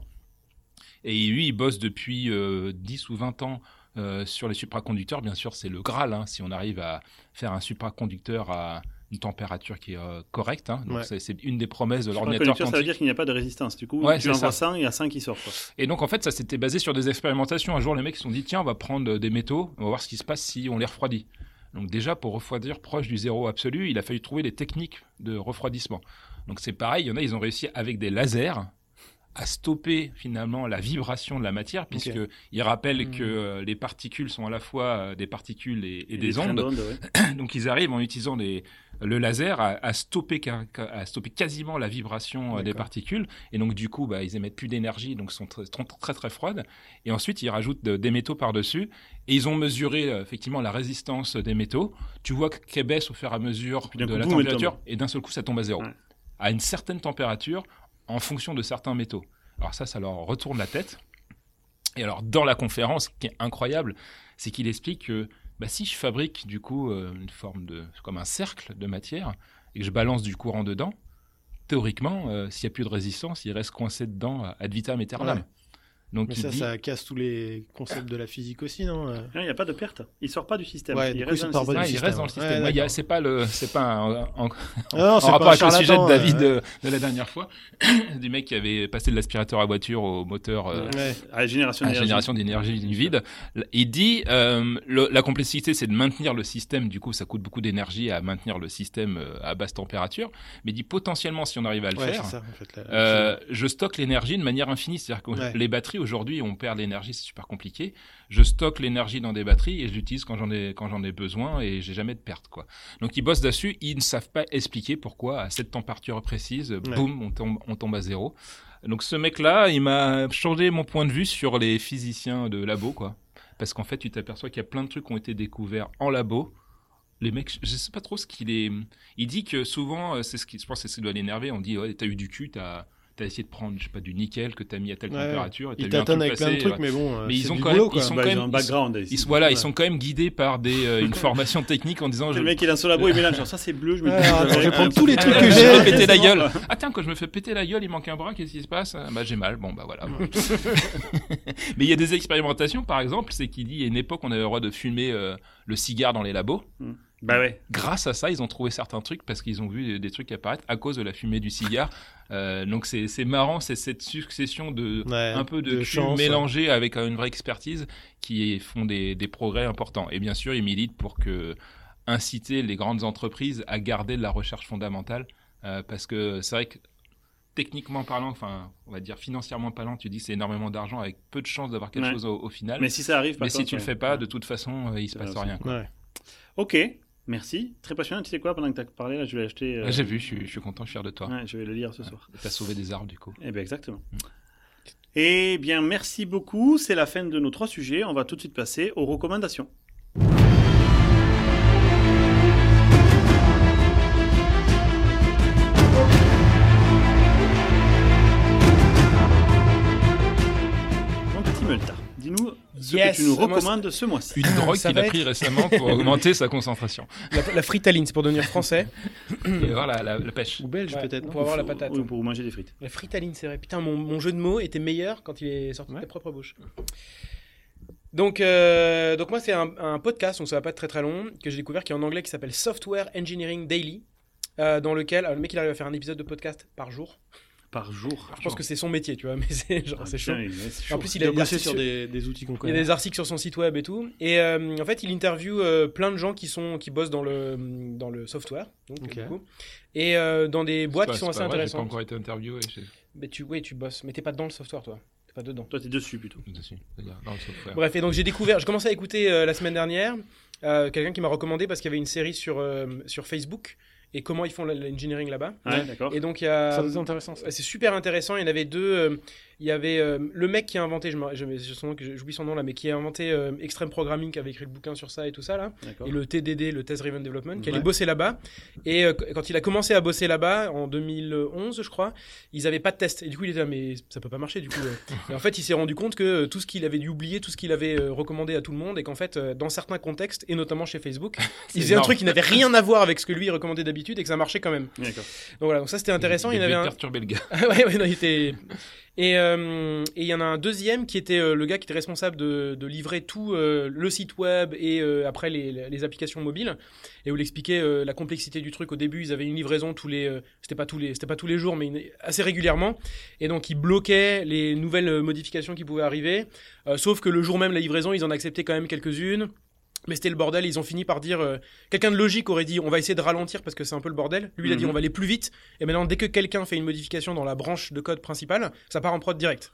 Et lui, il bosse depuis euh, 10 ou 20 ans euh, sur les supraconducteurs. Bien sûr, c'est le Graal. hein. si on arrive à faire un supraconducteur à une température qui est euh, correcte, hein. donc Ouais. c'est- c'est une des promesses de Sur un l'ordinateur conducteur, ça veut quantique. dire qu'il n'y a pas de résistance. Du coup, Ouais, tu c'est envoies ça. 100, il y a 100 qui sortent. quoi. Et donc, en fait, ça s'était basé sur des expérimentations. Un jour, les mecs se sont dit, tiens, on va prendre des métaux, on va voir ce qui se passe si on les refroidit. Donc, déjà, pour refroidir proche du zéro absolu, il a fallu trouver des techniques de refroidissement. Donc, c'est pareil, il y en a, ils ont réussi avec des lasers à stopper finalement la vibration de la matière, puisque il rappelle Mhm. que euh, les particules sont à la fois euh, des particules et, et des trains ondes. d'ondes, ouais. Donc ils arrivent en utilisant des- le laser à, à stopper, ca- ca- à stopper quasiment la vibration euh, des D'accord. particules. Et donc du coup, bah, ils émettent plus d'énergie, donc sont très, sont très très froides. Et ensuite, ils rajoutent de- des métaux par-dessus. Et ils ont mesuré euh, effectivement la résistance des métaux. Tu vois que- qu'elle baisse au fur et à mesure d'un de coup, la boum, elle température. Et d'un seul coup, ça tombe à zéro. Ouais. À une certaine température, en fonction de certains métaux. Alors ça, ça leur retourne la tête. Et alors, dans la conférence, ce qui est incroyable, c'est qu'il explique que bah, si je fabrique du coup euh, une forme de. comme un cercle de matière et que je balance du courant dedans, théoriquement, euh, s'il n'y a plus de résistance, il reste coincé dedans euh, ad vitam aeternam. Ouais. Donc Mais il ça, dit- ah, ça casse tous les concepts de la physique aussi, non euh Non, Il n'y a pas de perte. Il sort pas du système. Ouais, il du coup, reste il dans sort le pas Ah, du système. système. il reste dans le système. Ouais, Moi, il y a- d'accord. c'est pas le, c'est pas un- en- Ah non, en c'est pas rapport un avec le sujet de charlatan, David euh, euh, de la dernière fois, du mec qui avait passé de l'aspirateur à voiture au moteur euh, ouais. À la génération à la d'énergie. génération d'énergie vide. Il dit euh, le- la complexité, c'est de maintenir le système. Du coup, ça coûte beaucoup d'énergie à maintenir le système euh, à basse température. Mais il dit potentiellement, si on arrive à le Ouais, faire, c'est ça, en fait, là. euh, je stocke l'énergie de manière infinie. C'est-à-dire que Ouais. les batteries aujourd'hui, on perd l'énergie, c'est super compliqué. Je stocke l'énergie dans des batteries et je l'utilise quand j'en ai quand j'en ai besoin et j'ai jamais de perte quoi. Donc ils bossent dessus, ils ne savent pas expliquer pourquoi à cette température précise, boum, on tombe on tombe à zéro. Donc ce mec-là, il m'a changé mon point de vue sur les physiciens de labo quoi. Parce qu'en fait, tu t'aperçois qu'il y a plein de trucs qui ont été découverts en labo. Les mecs, je sais pas trop ce qu'il est. Il dit que souvent, euh, c'est ce qui, je pense, que c'est ce qui doit l'énerver. On dit, ouais, t'as eu du cul, t'as, t'as essayé de prendre, je sais pas, du nickel que t'as mis à telle Ouais, température. Et t'as Ils eu un tâtonnent truc avec plein de passé, trucs, mais ouais. bon. euh, Mais ils c'est ont du quand même- boulot, quoi. ils sont Bah, quand ils ont même- un background. Ils sont- voilà, Ouais. ils sont quand même guidés par des, euh, une formation technique en disant, je, Le mec, il est un labo, il mélange. Genre, ça, c'est bleu. Je me Ouais, attends, je vais prendre tous les Ah, trucs je que me j'ai. fais péter la gueule. Ah tiens, quand je me fais péter la gueule, il manque un bras, qu'est-ce qui se passe Ah, Bah j'ai mal, bon bah voilà. Mais il y a des expérimentations, par exemple, c'est qu'il dit, à une époque, on avait le droit de fumer euh, le cigare dans les labos. Bah ouais. Grâce à ça, ils ont trouvé certains trucs parce qu'ils ont vu des- des trucs apparaître à cause de la fumée du cigare. Euh, donc c'est c'est marrant, c'est cette succession de Ouais, un peu de, cul chance, mélangé avec euh, une vraie expertise qui font des, des progrès importants. Et bien sûr, ils militent pour que inciter les grandes entreprises à garder de la recherche fondamentale euh, parce que c'est vrai que techniquement parlant, enfin on va dire financièrement parlant, tu dis que c'est énormément d'argent avec peu de chances d'avoir quelque Ouais. chose au, au final. Mais Mais, si ça arrive, par si contre, tu le ouais. fais pas, de toute façon, euh, il se C'est passe vrai rien. aussi. quoi. Ouais. Ok, merci. Très passionnant. Tu sais quoi, pendant que tu as parlé, là, je vais acheter. euh, Ah, J'ai vu, je suis, je suis content, je suis fier de toi. ouais, je vais le lire ce soir. T'as sauvé des arbres du coup. Eh bien, exactement. Eh bien, merci beaucoup. C'est la fin de nos trois sujets. On va tout de suite passer aux recommandations. Mon petit Multa, dis-nous ce Yes. que tu nous Moi, recommandes ce mois-ci. Une drogue Ça qu'il va a être- pris récemment pour augmenter sa concentration. La, la fritaline, c'est pour devenir français. Et voilà, la, la pêche. Ou belge Ouais, peut-être. non Pour avoir la patate. Oui, pour manger des frites. La fritaline, c'est vrai. Putain, mon, mon jeu de mots était meilleur quand il est sorti Ouais. de ta propre bouche. Donc, euh, donc moi, c'est un, un podcast, donc ça va pas être très très long, que j'ai découvert qui est en anglais qui s'appelle Software Engineering Daily, euh, dans lequel alors, le mec il arrive à faire un épisode de podcast par jour. Par jour. Je pense que c'est son métier, tu vois, mais c'est genre, c'est chaud. Putain, ouais, c'est En chaud. plus, il Il a a des bossé articles sur des, des outils qu'on il y a connaît. des articles sur son site web et tout. Et euh, en fait, il interviewe euh, plein de gens qui, sont, qui bossent dans le, dans le software. Donc, Ok. beaucoup. Et euh, dans des boîtes C'est qui pas- sont c'est assez pas vrai, J'ai pas intéressantes. encore été interviewé. j'ai- Mais tu, oui, tu bosses. Mais t'es pas dans le software, toi. T'es pas dedans. Toi, t'es dessus plutôt. dessus, c'est-à-dire dans le software. Bref, et donc j'ai découvert, je commençais à écouter euh, la semaine dernière euh, quelqu'un qui m'a recommandé parce qu'il y avait une série sur, euh, sur Facebook et comment ils font l- l'engineering là-bas. Ouais, d'accord. Et donc il y a. Ça c'est intéressant. ça. Ouais, C'est super intéressant. Il y en avait deux. euh, il y avait euh, le mec qui a inventé, je me- je- je- son nom que je- j'oublie son nom là, mais qui a inventé euh, Extreme Programming, qui avait écrit le bouquin sur ça et tout ça là. D'accord. Et le TDD, le Test Driven Development, qui allait Ouais. bosser là-bas. Et euh, qu- quand il a commencé à bosser là-bas, en 2011, je crois, ils n'avaient pas de test. Et du coup, il était là, mais ça peut pas marcher, du coup. euh. et en fait, il s'est rendu compte que euh, tout ce qu'il avait dû oublier, tout ce qu'il avait euh, recommandé à tout le monde, et qu'en fait, euh, dans certains contextes, et notamment chez Facebook, il faisait un énorme. truc qui n'avait rien à voir avec ce que lui il recommandait d'habitude, et que ça marchait quand même. D'accord. Donc voilà, donc ça c'était intéressant. Il y en devait avait un, perturber le gars. ouais, ouais, non, il était. Et euh, et il y en a un deuxième qui était euh, le gars qui était responsable de, de livrer tout euh, le site web et euh, après les, les applications mobiles et où il expliquait euh, la complexité du truc. Au début, ils avaient une livraison tous les, euh, c'était pas tous les, c'était pas tous les jours, mais une- assez régulièrement. Et donc ils bloquaient les nouvelles euh, modifications qui pouvaient arriver. Euh, sauf que le jour même de la livraison, ils en acceptaient quand même quelques-unes. Mais c'était le bordel. Ils ont fini par dire. euh, quelqu'un de logique aurait dit on va essayer de ralentir parce que c'est un peu le bordel. Lui, il a dit Mhm. on va aller plus vite. Et maintenant, dès que quelqu'un fait une modification dans la branche de code principale, ça part en prod direct.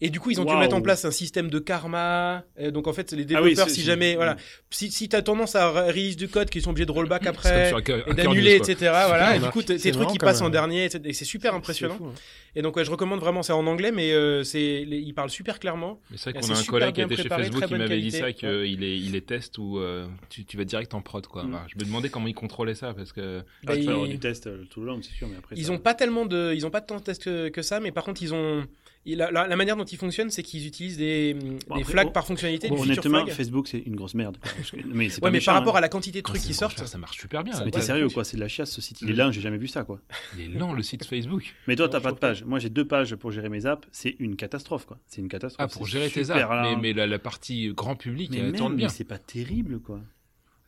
Et du coup, ils ont dû Waouh. mettre en place un système de karma. Euh, donc en fait, les Ah oui, développeurs, c'est- si c'est- jamais, mm. voilà, si, si t'as tendance à re- release du code, qu'ils sont obligés de rollback C'est après comme sur un cœur- et un cœur d'annuler, news, quoi. etc. Voilà. Et du Marc, coup, t- c'est ces trucs marrant qui quand passent même. en dernier, etc. Et c'est super impressionnant. C'est fou, hein. Et donc, ouais, je recommande vraiment. C'est en anglais, mais euh, c'est, les- ils parlent super clairement. Mais c'est Ah, vrai qu'on a c'est un super collègue qui bien était chez préparé, Facebook très qui bonne m'avait dit ça, qualité. qu'il est, il est test ou euh, tu, tu vas direct en prod quoi. Mm. Alors, je me demandais comment ils contrôlaient ça parce que Bah, Et- il va y avoir du test euh, tout le long, c'est sûr, mais après. Ils ça- ont pas tellement de, ils ont pas tant de tests que, que ça, mais par contre ils ont, il- la, la- la manière dont ils fonctionnent, c'est qu'ils utilisent des, des après, flags bon, par fonctionnalité. Bon, du feature honnêtement, flag. Facebook, c'est une grosse merde. quoi. Parce que- Mais c'est Ouais, pas mais méchant, par rapport hein. à la quantité de quand trucs c'est qui gros, sortent, ça, ça marche super bien. Ça- Mais Ouais, t'es le sérieux, truc, quoi, c'est de la chiasse ce site. Il est lent, j'ai jamais vu ça, quoi. Il est lent le site Facebook. Mais toi, Non, t'as je pas de trouve pas. page. Moi, j'ai deux pages pour gérer mes apps. C'est une catastrophe, quoi. C'est une catastrophe. Ah pour C'est gérer tes super apps, mais, lent. mais la, la partie grand public Mais elle même, tourne bien. mais c'est pas terrible, quoi.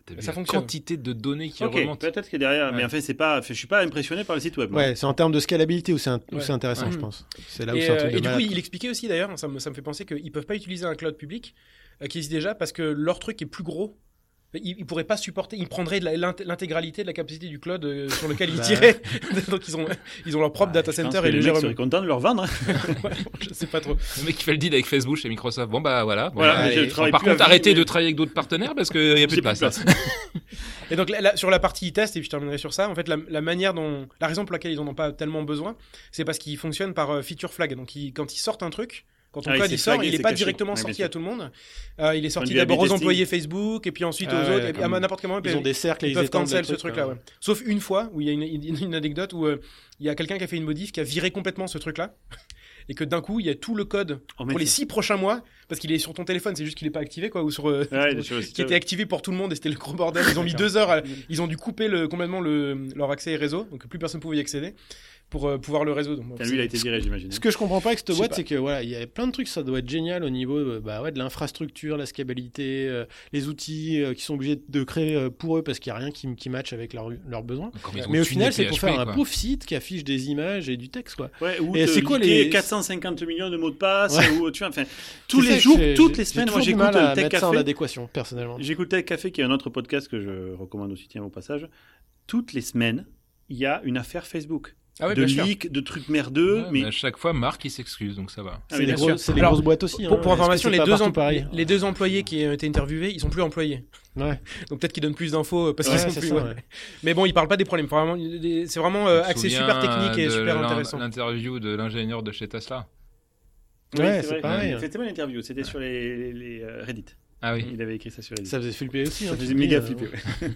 T'as vu Ça la fonctionne. Quantité de données qui Ok, remontent. peut-être qu'il est derrière, mais Ouais. en fait, c'est pas. Je suis pas impressionné par le site web. moi. Ouais, c'est en termes de scalabilité où c'est un- où Ouais. c'est intéressant, Ouais. je pense. C'est là où et, c'est un truc euh, de et du coup, malade, il quoi. expliquait aussi d'ailleurs, ça me, ça me fait penser qu'ils peuvent pas utiliser un cloud public euh, qui existe déjà parce que leur truc est plus gros. Ils, ils pourraient pas supporter, ils prendraient de la- l'int- l'intégralité de la capacité du cloud euh, sur lequel ils Bah. tiraient. Donc ils ont, ils ont leur propre Ah, data je pense center que et les les mecs gèrent seraient contents de leur vendre. hein. Je sais pas trop. Le mec qui fait le deal avec Facebook chez Microsoft. Bon bah voilà. Bon, Voilà, bah, mais je allez. travaille Par plus contre avec- arrêtez de travailler avec d'autres partenaires parce qu'il n'y a plus de plus de place. hein. Et donc là, là, sur la partie test, et puis je terminerai sur ça, en fait la, la manière dont, la raison pour laquelle ils en ont pas tellement besoin, c'est parce qu'ils fonctionnent par euh, feature flag. Donc ils- quand ils sortent un truc, quand on Ah, il code s'est il sort, flagué, il n'est c'est pas caché. directement Ouais, bien sorti sûr. à tout le monde. Euh, il est sorti du A/B d'abord aux testing. employés Facebook et puis ensuite Ah aux ouais, autres. Et puis à comme- n'importe quel moment, Ils ont des cercles et ils ils peuvent étendent cancel des ce trucs, truc-là. hein. ouais. Sauf une fois où il y a une, une- une anecdote où euh, il y a quelqu'un qui a fait une modif qui a viré complètement ce truc-là. Et que d'un coup, il y a tout le code Oh, mais pour les c'est- six prochains mois, parce qu'il est sur ton téléphone, c'est juste qu'il n'est pas activé, quoi, ou sur, euh, Ouais, des choses- qui était activé pour tout le monde et c'était le gros bordel. Ils ont mis deux heures, à- ils ont dû couper le, complètement le, leur accès réseau, donc plus personne pouvait y accéder pour euh, pouvoir le réseau. Donc, bon, Putain, Lui, il a été viré, j'imagine. Ce que je comprends pas avec cette Je sais boîte, pas. c'est que voilà, il y a plein de trucs, ça doit être génial au niveau euh, bah, ouais, de l'infrastructure, la scalabilité, euh, les outils euh, qui sont obligés de créer euh, pour eux parce qu'il n'y a rien qui, qui matche avec leurs leurs besoins. Comme ils ont Mais au tuné final, c'est pour PHP, faire un quoi. pauvre site qui affiche des images et du texte, quoi. Ouais, ou Et te c'est quoi liker les- 450 millions de mots de passe Ouais. ou tu vois, enfin tous C'est ça les que jours, j'ai- toutes j'ai- les semaines, j'ai moi toujours du j'écoute mal à le Ah, Tech mettre ça en Café. adéquation, personnellement. J'écoute Tech Café qui est un autre podcast que je recommande aussi tiens au passage. Toutes les semaines, il y a une affaire Facebook Ah ouais, de bien sûr. leak, de trucs merdeux, Ouais, mais mais à chaque fois Marc il s'excuse donc ça va. Ah, C'est mais les, bien gros- sûr. c'est les Alors, grosses boîtes aussi. hein. Pour, pour Est-ce que information, c'est les pas deux, partout empl- pareil les deux employés qui ont été interviewés, ils sont plus employés. Ouais. Donc peut-être qu'ils donnent plus d'infos euh, parce Ouais, qu'ils sont c'est plus. ça, ouais. ouais. Mais bon, ils parlent pas des problèmes. Faut vraiment- des- C'est vraiment Je euh, me axé souviens super technique et de super l'in- intéressant. L'interview de l'ingénieur de chez Tesla. Oui, Ouais, c'est c'est vrai. pareil. hein. C'était mon interview, c'était sur les, les- les, euh, Reddit. Ah Mm. oui. Il avait écrit ça sur Reddit. Ça faisait flipper aussi. hein, Ça tu faisait te méga dis, euh, flipper. ouais.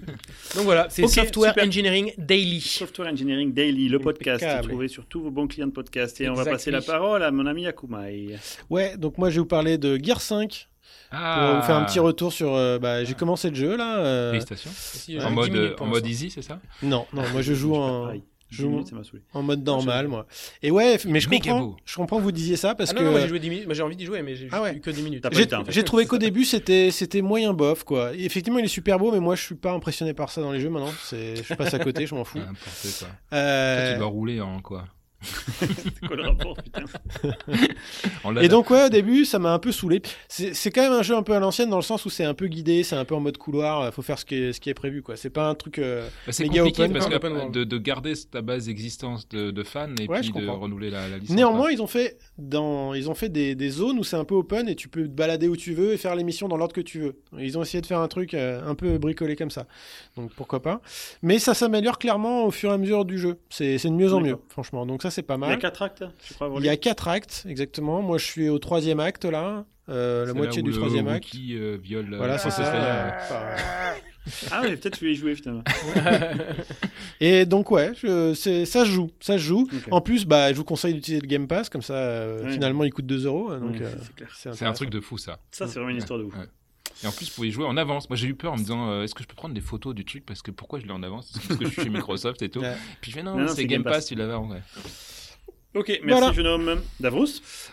Donc voilà, c'est Ok, Software super. Engineering Daily. Software Engineering Daily, le podcast, Impeccable. trouvé sur tous vos bons clients de podcast. Et on va Exactly. passer la parole à mon ami Akumai. Ouais, donc moi je vais vous parler de Gear 5 pour Ah. vous faire Euh, un petit retour sur. euh, bah, j'ai commencé le jeu là. euh, Félicitations. Si, En euh, 10 minutes mode, pour en mode easy, c'est ça Non, non, moi je joue en, Pareil. je Dix joue- minutes, ça m'a saoulé. en mode normal moi. Et ouais, mais je Méga comprends. beau. Je comprends que vous disiez ça parce Ah que non, non, moi j'ai joué 10 minutes, moi, j'ai envie d'y jouer, mais j'ai Ah ouais. eu que 10 minutes. T'as pas J'ai- le temps, en fait. J'ai trouvé qu'au début c'était c'était moyen bof quoi. Et effectivement il est super beau mais moi je suis pas impressionné par ça dans les jeux maintenant. C'est je passe à côté je m'en fous. Ah, N'importe quoi. Toi, Euh, Tu dois rouler en quoi C'est quoi le rapport, putain En Et lada. donc ouais au début ça m'a un peu saoulé. C'est c'est quand même un jeu un peu à l'ancienne dans le sens où c'est un peu guidé, c'est un peu en mode couloir, euh, faut faire ce qui est, ce qui est prévu quoi. C'est pas un truc. euh, Bah, c'est méga compliqué open, hein. parce open que world. de, de garder ta base d'existence de, de fan et Ouais, puis je de comprends. renouveler la, la licence. Néanmoins ils ont fait dans ils ont fait des, des zones où c'est un peu open et tu peux te balader où tu veux et faire les missions dans l'ordre que tu veux. Ils ont essayé de faire un truc euh, un peu bricolé comme ça. Donc pourquoi pas. Mais ça s'améliore clairement au fur et à mesure du jeu. C'est c'est de mieux en mieux D'accord. franchement. Donc ça c'est pas Il y a mal. 4 actes, je crois. avoir Il lu. y a quatre actes, exactement. Moi, je suis au troisième acte, là. Euh, C'est la là moitié où du le troisième acte. Wookiee, euh, viole. euh, Voilà, la c'est ça. princesse Leia. Enfin, Ah ouais, peut-être tu vais y jouer, finalement. Et donc, ouais, je- c'est- ça se joue. Ça se joue. Ok. En plus, bah, je vous conseille d'utiliser le Game Pass, comme ça, euh, Ouais. finalement, il coûte 2 euros. euh, Donc, Ouais, euh, c'est clair. C'est un truc de fou ça. Ça, c'est vraiment une histoire de ouf. Ouais. Et en plus, vous pouvez jouer en avance. Moi, j'ai eu peur en me disant, euh, est-ce que je peux prendre des photos du truc parce que pourquoi je l'ai en avance Parce que je suis chez Microsoft et tout. Ouais. Puis je fais non, Non, non, c'est Game Pass, tu l'avais en vrai. Ok, merci, Voilà. jeune homme. Davrous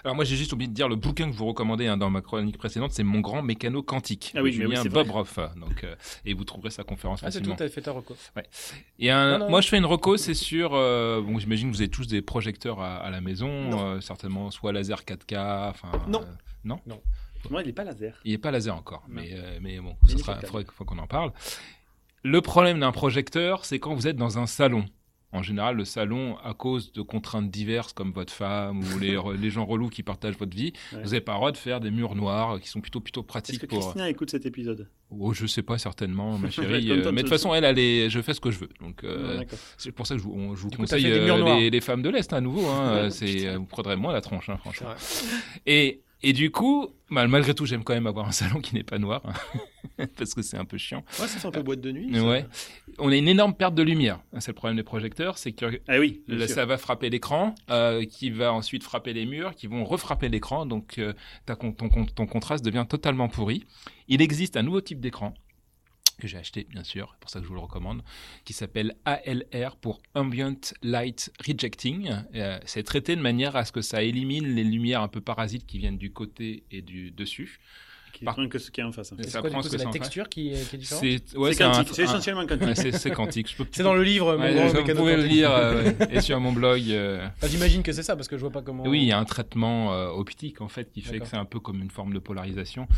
Alors moi, j'ai juste oublié de dire le bouquin que vous recommandez hein, dans ma chronique précédente, c'est Mon Grand Mécano Quantique. Ah de oui, mais oui, Julien c'est vrai. Bobroff. Donc, euh, et vous trouverez sa conférence Ah, c'est tout, facilement. t'as fait ta reco. Et un- Non, non, moi, non. je fais une reco, c'est sur. euh, bon, j'imagine que vous avez tous des projecteurs à, à la maison, euh, certainement soit laser 4K, enfin. Non. euh, Moi, il est pas laser. il n'est pas laser encore, Non. mais, euh, mais bon, Il ça est sera, portable. faudrait, faut qu'on en parle. Le problème d'un projecteur, c'est quand vous êtes dans un salon. En général, le salon, à cause de contraintes diverses comme votre femme ou les, re- les gens relous qui partagent votre vie, Ouais. vous n'avez pas le droit de faire des murs noirs euh, qui sont plutôt plutôt Est-ce pratiques que pour. Christina écoute cet épisode Oh, je sais pas certainement, ma Ouais, chérie. comme euh, toi, mais de tu- toute façon, elle, elle est, je fais ce que je veux. Donc, euh, Ah, D'accord. c'est pour ça que je vous, on- je vous Du coup, t'as conseille fait des euh, murs noirs. les, les femmes de l'Est à nouveau. Hein, euh, c'est, euh, vous prendrez moins la tronche, hein, franchement. Et, et du coup, mal- malgré tout, j'aime quand même avoir un salon qui n'est pas noir, hein, parce que c'est un peu chiant. Ouais, ça sent un peu boîte de nuit. ça. Ouais. On a une énorme perte de lumière. C'est le problème des projecteurs, c'est que Ah oui, bien Là, sûr. ça va frapper l'écran, euh, qui va ensuite frapper les murs, qui vont refrapper l'écran. Donc, euh, ta con- ton, con- ton contraste devient totalement pourri. Il existe un nouveau type d'écran que j'ai acheté, bien sûr, c'est pour ça que je vous le recommande, qui s'appelle ALR pour Ambient Light Rejecting. Euh, c'est traité de manière à ce que ça élimine les lumières un peu parasites qui viennent du côté et du dessus. Qui par- prend que ce qu'il y a en face. en fait. Ça C'est quoi, du prend coup, ce c'est que la ça en fait. texture qui est, qui est différente C'est ouais, c'est c'est un- quantique, c'est un- essentiellement quantique. ouais, c'est- c'est quantique. Je peux- C'est dans le livre, mon Ouais, grand vous mécano pouvez le quantique. lire euh, ouais. et sur mon blog. euh, Ah, J'imagine que c'est ça, parce que je vois pas comment. Oui, il y a un traitement euh, optique en fait qui fait que D'accord. c'est un peu comme une forme de polarisation.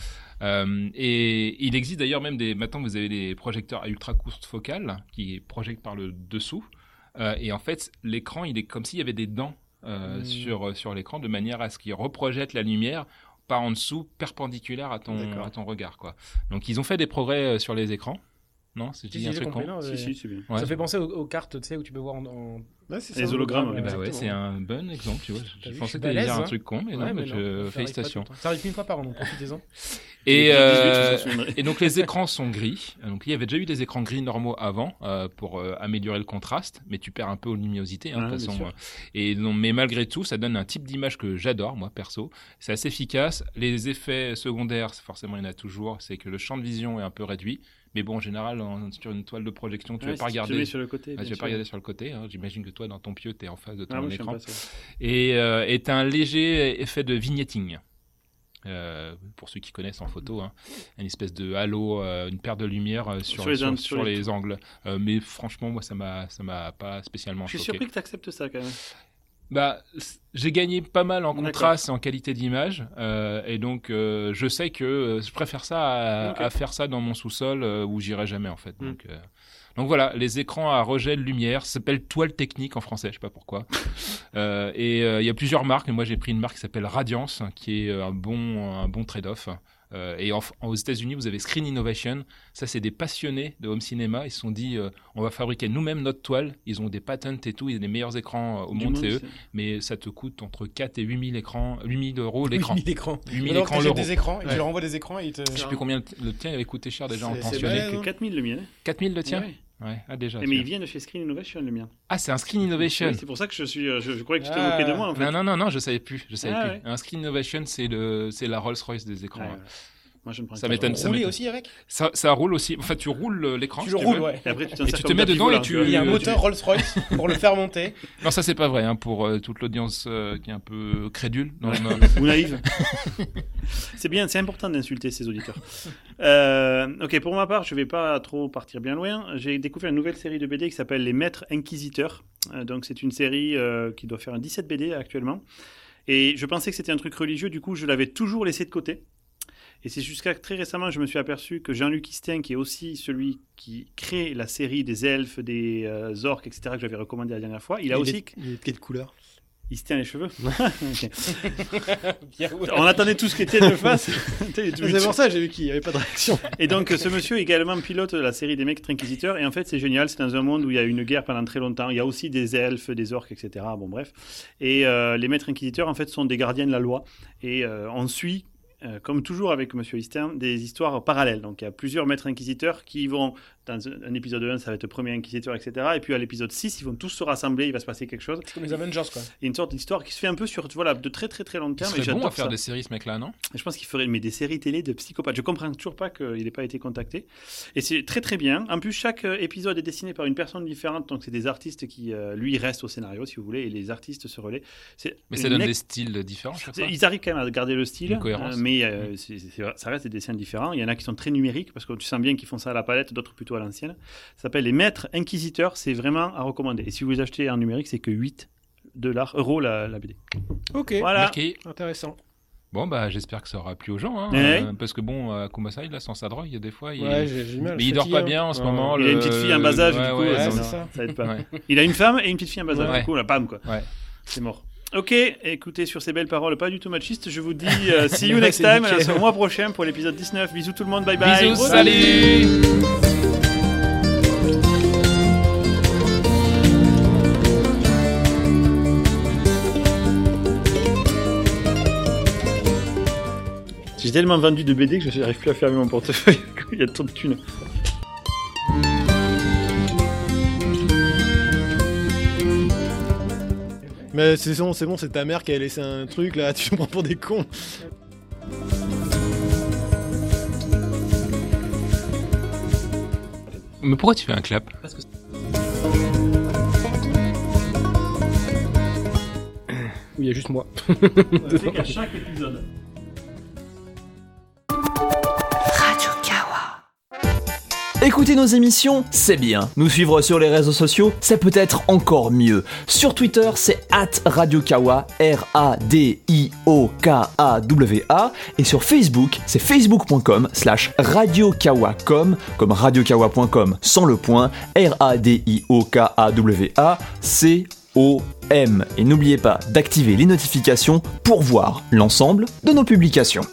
Euh, et il existe d'ailleurs même des. Maintenant, vous avez des projecteurs à ultra courte focale qui projettent par le dessous. Euh, et en fait, l'écran, il est comme s'il y avait des dents euh, Hmm. sur euh, sur l'écran de manière à ce qu'il reprojette la lumière par en dessous, perpendiculaire à ton D'accord. à ton regard quoi. Donc ils ont fait des progrès euh, sur les écrans. Non, c'est Si, si, j'ai compris, non, Si, j'ai- si, c'est bien. Ouais. Ça fait penser aux, aux cartes, tu sais, où tu peux voir en. en- Ouais, c'est Les ça. hologrammes, Eh ben Exactement. ouais, c'est un bon exemple, tu vois. T'as Je, vu, je suis pensais que t'allais dire balèze, un hein. truc con, mais Ouais, non, mais mais je... ça arrive pas félicitations. tout le temps. Ça arrive qu'une fois par an, donc profitez-en. Et, euh, 18, je me souviendrai. et donc les écrans sont gris. Donc il y avait déjà eu des écrans gris normaux avant euh, pour euh, améliorer le contraste, mais tu perds un peu aux luminosités hein, Ouais, de toute bien façon. sûr. euh. Et non, mais malgré tout, ça donne un type d'image que j'adore moi perso. C'est assez efficace. Les effets secondaires, c'est- forcément il y en a toujours. C'est que le champ de vision est un peu réduit, mais bon en général en- sur une toile de projection, tu Ouais, vas pas si regarder. Tu mets sur le côté. Ah, bien tu vas pas sûr. regarder sur le côté. hein. J'imagine que toi dans ton pieu, t'es en face de ton Ah, moi, je suis écran pas ça. et euh, est un léger effet de vignetting. Euh, pour ceux qui connaissent en photo, hein. une espèce de halo, euh, une paire de lumière euh, sur, Sur les sur- angles, sur sur les- les angles. Euh, mais franchement, moi, ça m'a, ça m'a pas spécialement Je suis choqué. surpris que tu acceptes ça quand même. Bah, c- j'ai gagné pas mal en D'accord. contraste, et en qualité d'image, euh, et donc euh, je sais que euh, je préfère ça à, Ok. Hmm. à faire ça dans mon sous-sol euh, où j'irai jamais en fait. Donc, euh, donc voilà, les écrans à rejet de lumière ça s'appelle toile technique en français, je sais pas pourquoi. Euh, et euh, il y a plusieurs marques, mais moi j'ai pris une marque qui s'appelle Radiance, hein, qui est euh, un bon un bon trade-off. Euh, et en- en- aux États-Unis, vous avez Screen Innovation. Ça, c'est des passionnés de home cinéma. Ils se sont dit, euh, on va fabriquer nous-mêmes notre toile. Ils ont des patents et tout. Ils ont les meilleurs écrans euh, au Du monde, c'est monde, eux. Mais ça te coûte entre 4 et 8 000, écrans, 8 000 euros l'écran. 8000 écrans. Mais 8 000 alors, écrans t'achètes l'euro. des écrans et tu Ouais. leur envoies des écrans et ils te. Je sais plus combien le, le tien avait coûté cher déjà en C'est- c'est Il y pensionné. a que 4000 le mien. hein. Que 4000 le tien Ouais. Ouais, ah déjà. Eh, mais tu il vient de chez Screen Innovation le mien. Ah, c'est un Screen Innovation. Oui, c'est pour ça que je suis. euh, Je, je croyais que tu te Ah. moquais de moi en fait. Non, non, non, non, je savais plus. Je savais Ah, plus. Un Screen Innovation, c'est le, c'est la Rolls Royce des Ouais, écrans. ouais. Moi je ne prends Ça pas. m'étonne. ça Rouler m'étonne. aussi avec Ça, ça roule aussi. Enfin, tu roules euh, l'écran. Tu si le roules, veux. ouais. Et après tu t'en Et sers tu te comme mets tapis dedans volant, et tu- vois. Il y a un Euh, moteur Rolls-Royce pour le faire monter. Non, ça c'est pas vrai hein, pour euh, toute l'audience euh, qui est un peu crédule. Non, non. Ou naïve. c'est bien, c'est important d'insulter ses auditeurs. Euh, ok, pour ma part, je vais pas trop partir bien loin. J'ai découvert une nouvelle série de BD qui s'appelle Les Maîtres Inquisiteurs. Euh, donc c'est une série euh, qui doit faire un 17 BD actuellement. Et je pensais que c'était un truc religieux, du coup je l'avais toujours laissé de côté. Et c'est jusqu'à très récemment je me suis aperçu que Jean-Luc Istin, qui est aussi celui qui crée la série des elfes, des euh, orques, etc., que j'avais recommandé la dernière fois, il a aussi... est, il est de quelle couleur Istin les cheveux Ok. Bien, ouais. On attendait tout ce qui était de face. T'es- t'es- C'est pour ça j'ai vu qu'il n'y avait pas de réaction. Et donc, ce monsieur est également pilote de la série des Maîtres Inquisiteurs. Et en fait, c'est génial. C'est dans un monde où il y a eu une guerre pendant très longtemps. Il y a aussi des elfes, des orques, etc. Bon, bref. Et euh, les Maîtres Inquisiteurs, en fait, sont des gardiens de la loi. Et euh, on suit. euh, comme toujours avec Monsieur Eastern, des histoires parallèles. Donc il y a plusieurs maîtres inquisiteurs qui vont, dans un un épisode 1, ça va être le premier inquisiteur, etc. Et puis à l'épisode 6, ils vont tous se rassembler, il va se passer quelque chose. Comme les Avengers, quoi. Il y a une sorte d'histoire qui se fait un peu sur voilà, de très très très long Il terme. et serait bon j'adore à faire ça. des séries, ce mec-là, non Je pense qu'il ferait mais des séries télé de psychopathes. Je comprends toujours pas qu'il n'ait pas été contacté. Et c'est très très bien. En plus, chaque euh, épisode est dessiné par une personne différente. Donc, c'est des artistes qui, euh, lui, restent au scénario, si vous voulez, et les artistes se relaient. C'est Mais ça une donne ex- des styles différents. chaque fois. Ils arrivent quand même à garder le style, Une cohérence. euh, mais euh, c'est- c'est- ça reste des dessins différents. Il y en a qui sont très numériques, parce que tu sens bien qu'ils font ça à la palette, d'autres plutôt à l'ancienne. Ça s'appelle Les Maîtres Inquisiteurs, c'est vraiment à recommander. Et si vous achetez en numérique, c'est que 8 dollars, euros la, la BD. Ok, Voilà. Ok. intéressant. Bon, bah, j'espère que ça aura plu aux gens. hein, Eh euh, parce que bon, euh, Kumasai, là, sans sa drogue, il y a des fois. Il... Ouais, j'ai j'ai du mal. mais il dort pas fatigué, bien hein. en ce Ouais. moment. Il a le- une petite fille, un bas âge, Ouais, du coup, ouais, euh, Ouais, non, c'est non. ça. Ça aide pas. Ouais. Il a une femme et une petite fille à bas âge. Ouais. Du coup, la pam, quoi. Ouais. C'est mort. Ok, écoutez, sur ces belles paroles pas du tout machistes, je vous dis euh, see you next C'est time, nickel. à le mois prochain pour l'épisode 19. Bisous tout le monde, bye bye. Bisous, salut J'ai tellement vendu de BD que je n'arrive plus à fermer mon portefeuille, il y a trop de thunes. Mais c'est bon, c'est bon, c'est ta mère qui a laissé un truc là, tu nous prends pour des cons. Mais pourquoi tu fais un clap Oui, il y a juste moi. C'est qu'à chaque épisode. Radio Kawa. Écouter nos émissions, c'est bien. Nous suivre sur les réseaux sociaux, c'est peut-être encore mieux. Sur Twitter, c'est at Radio Kawa, R-A-D-I-O-K-A-W-A. Et sur Facebook, c'est facebook.com slash radiokawa.com, comme radiokawa.com sans le point, R-A-D-I-O-K-A-W-A, C-O-M. Et n'oubliez pas d'activer les notifications pour voir l'ensemble de nos publications.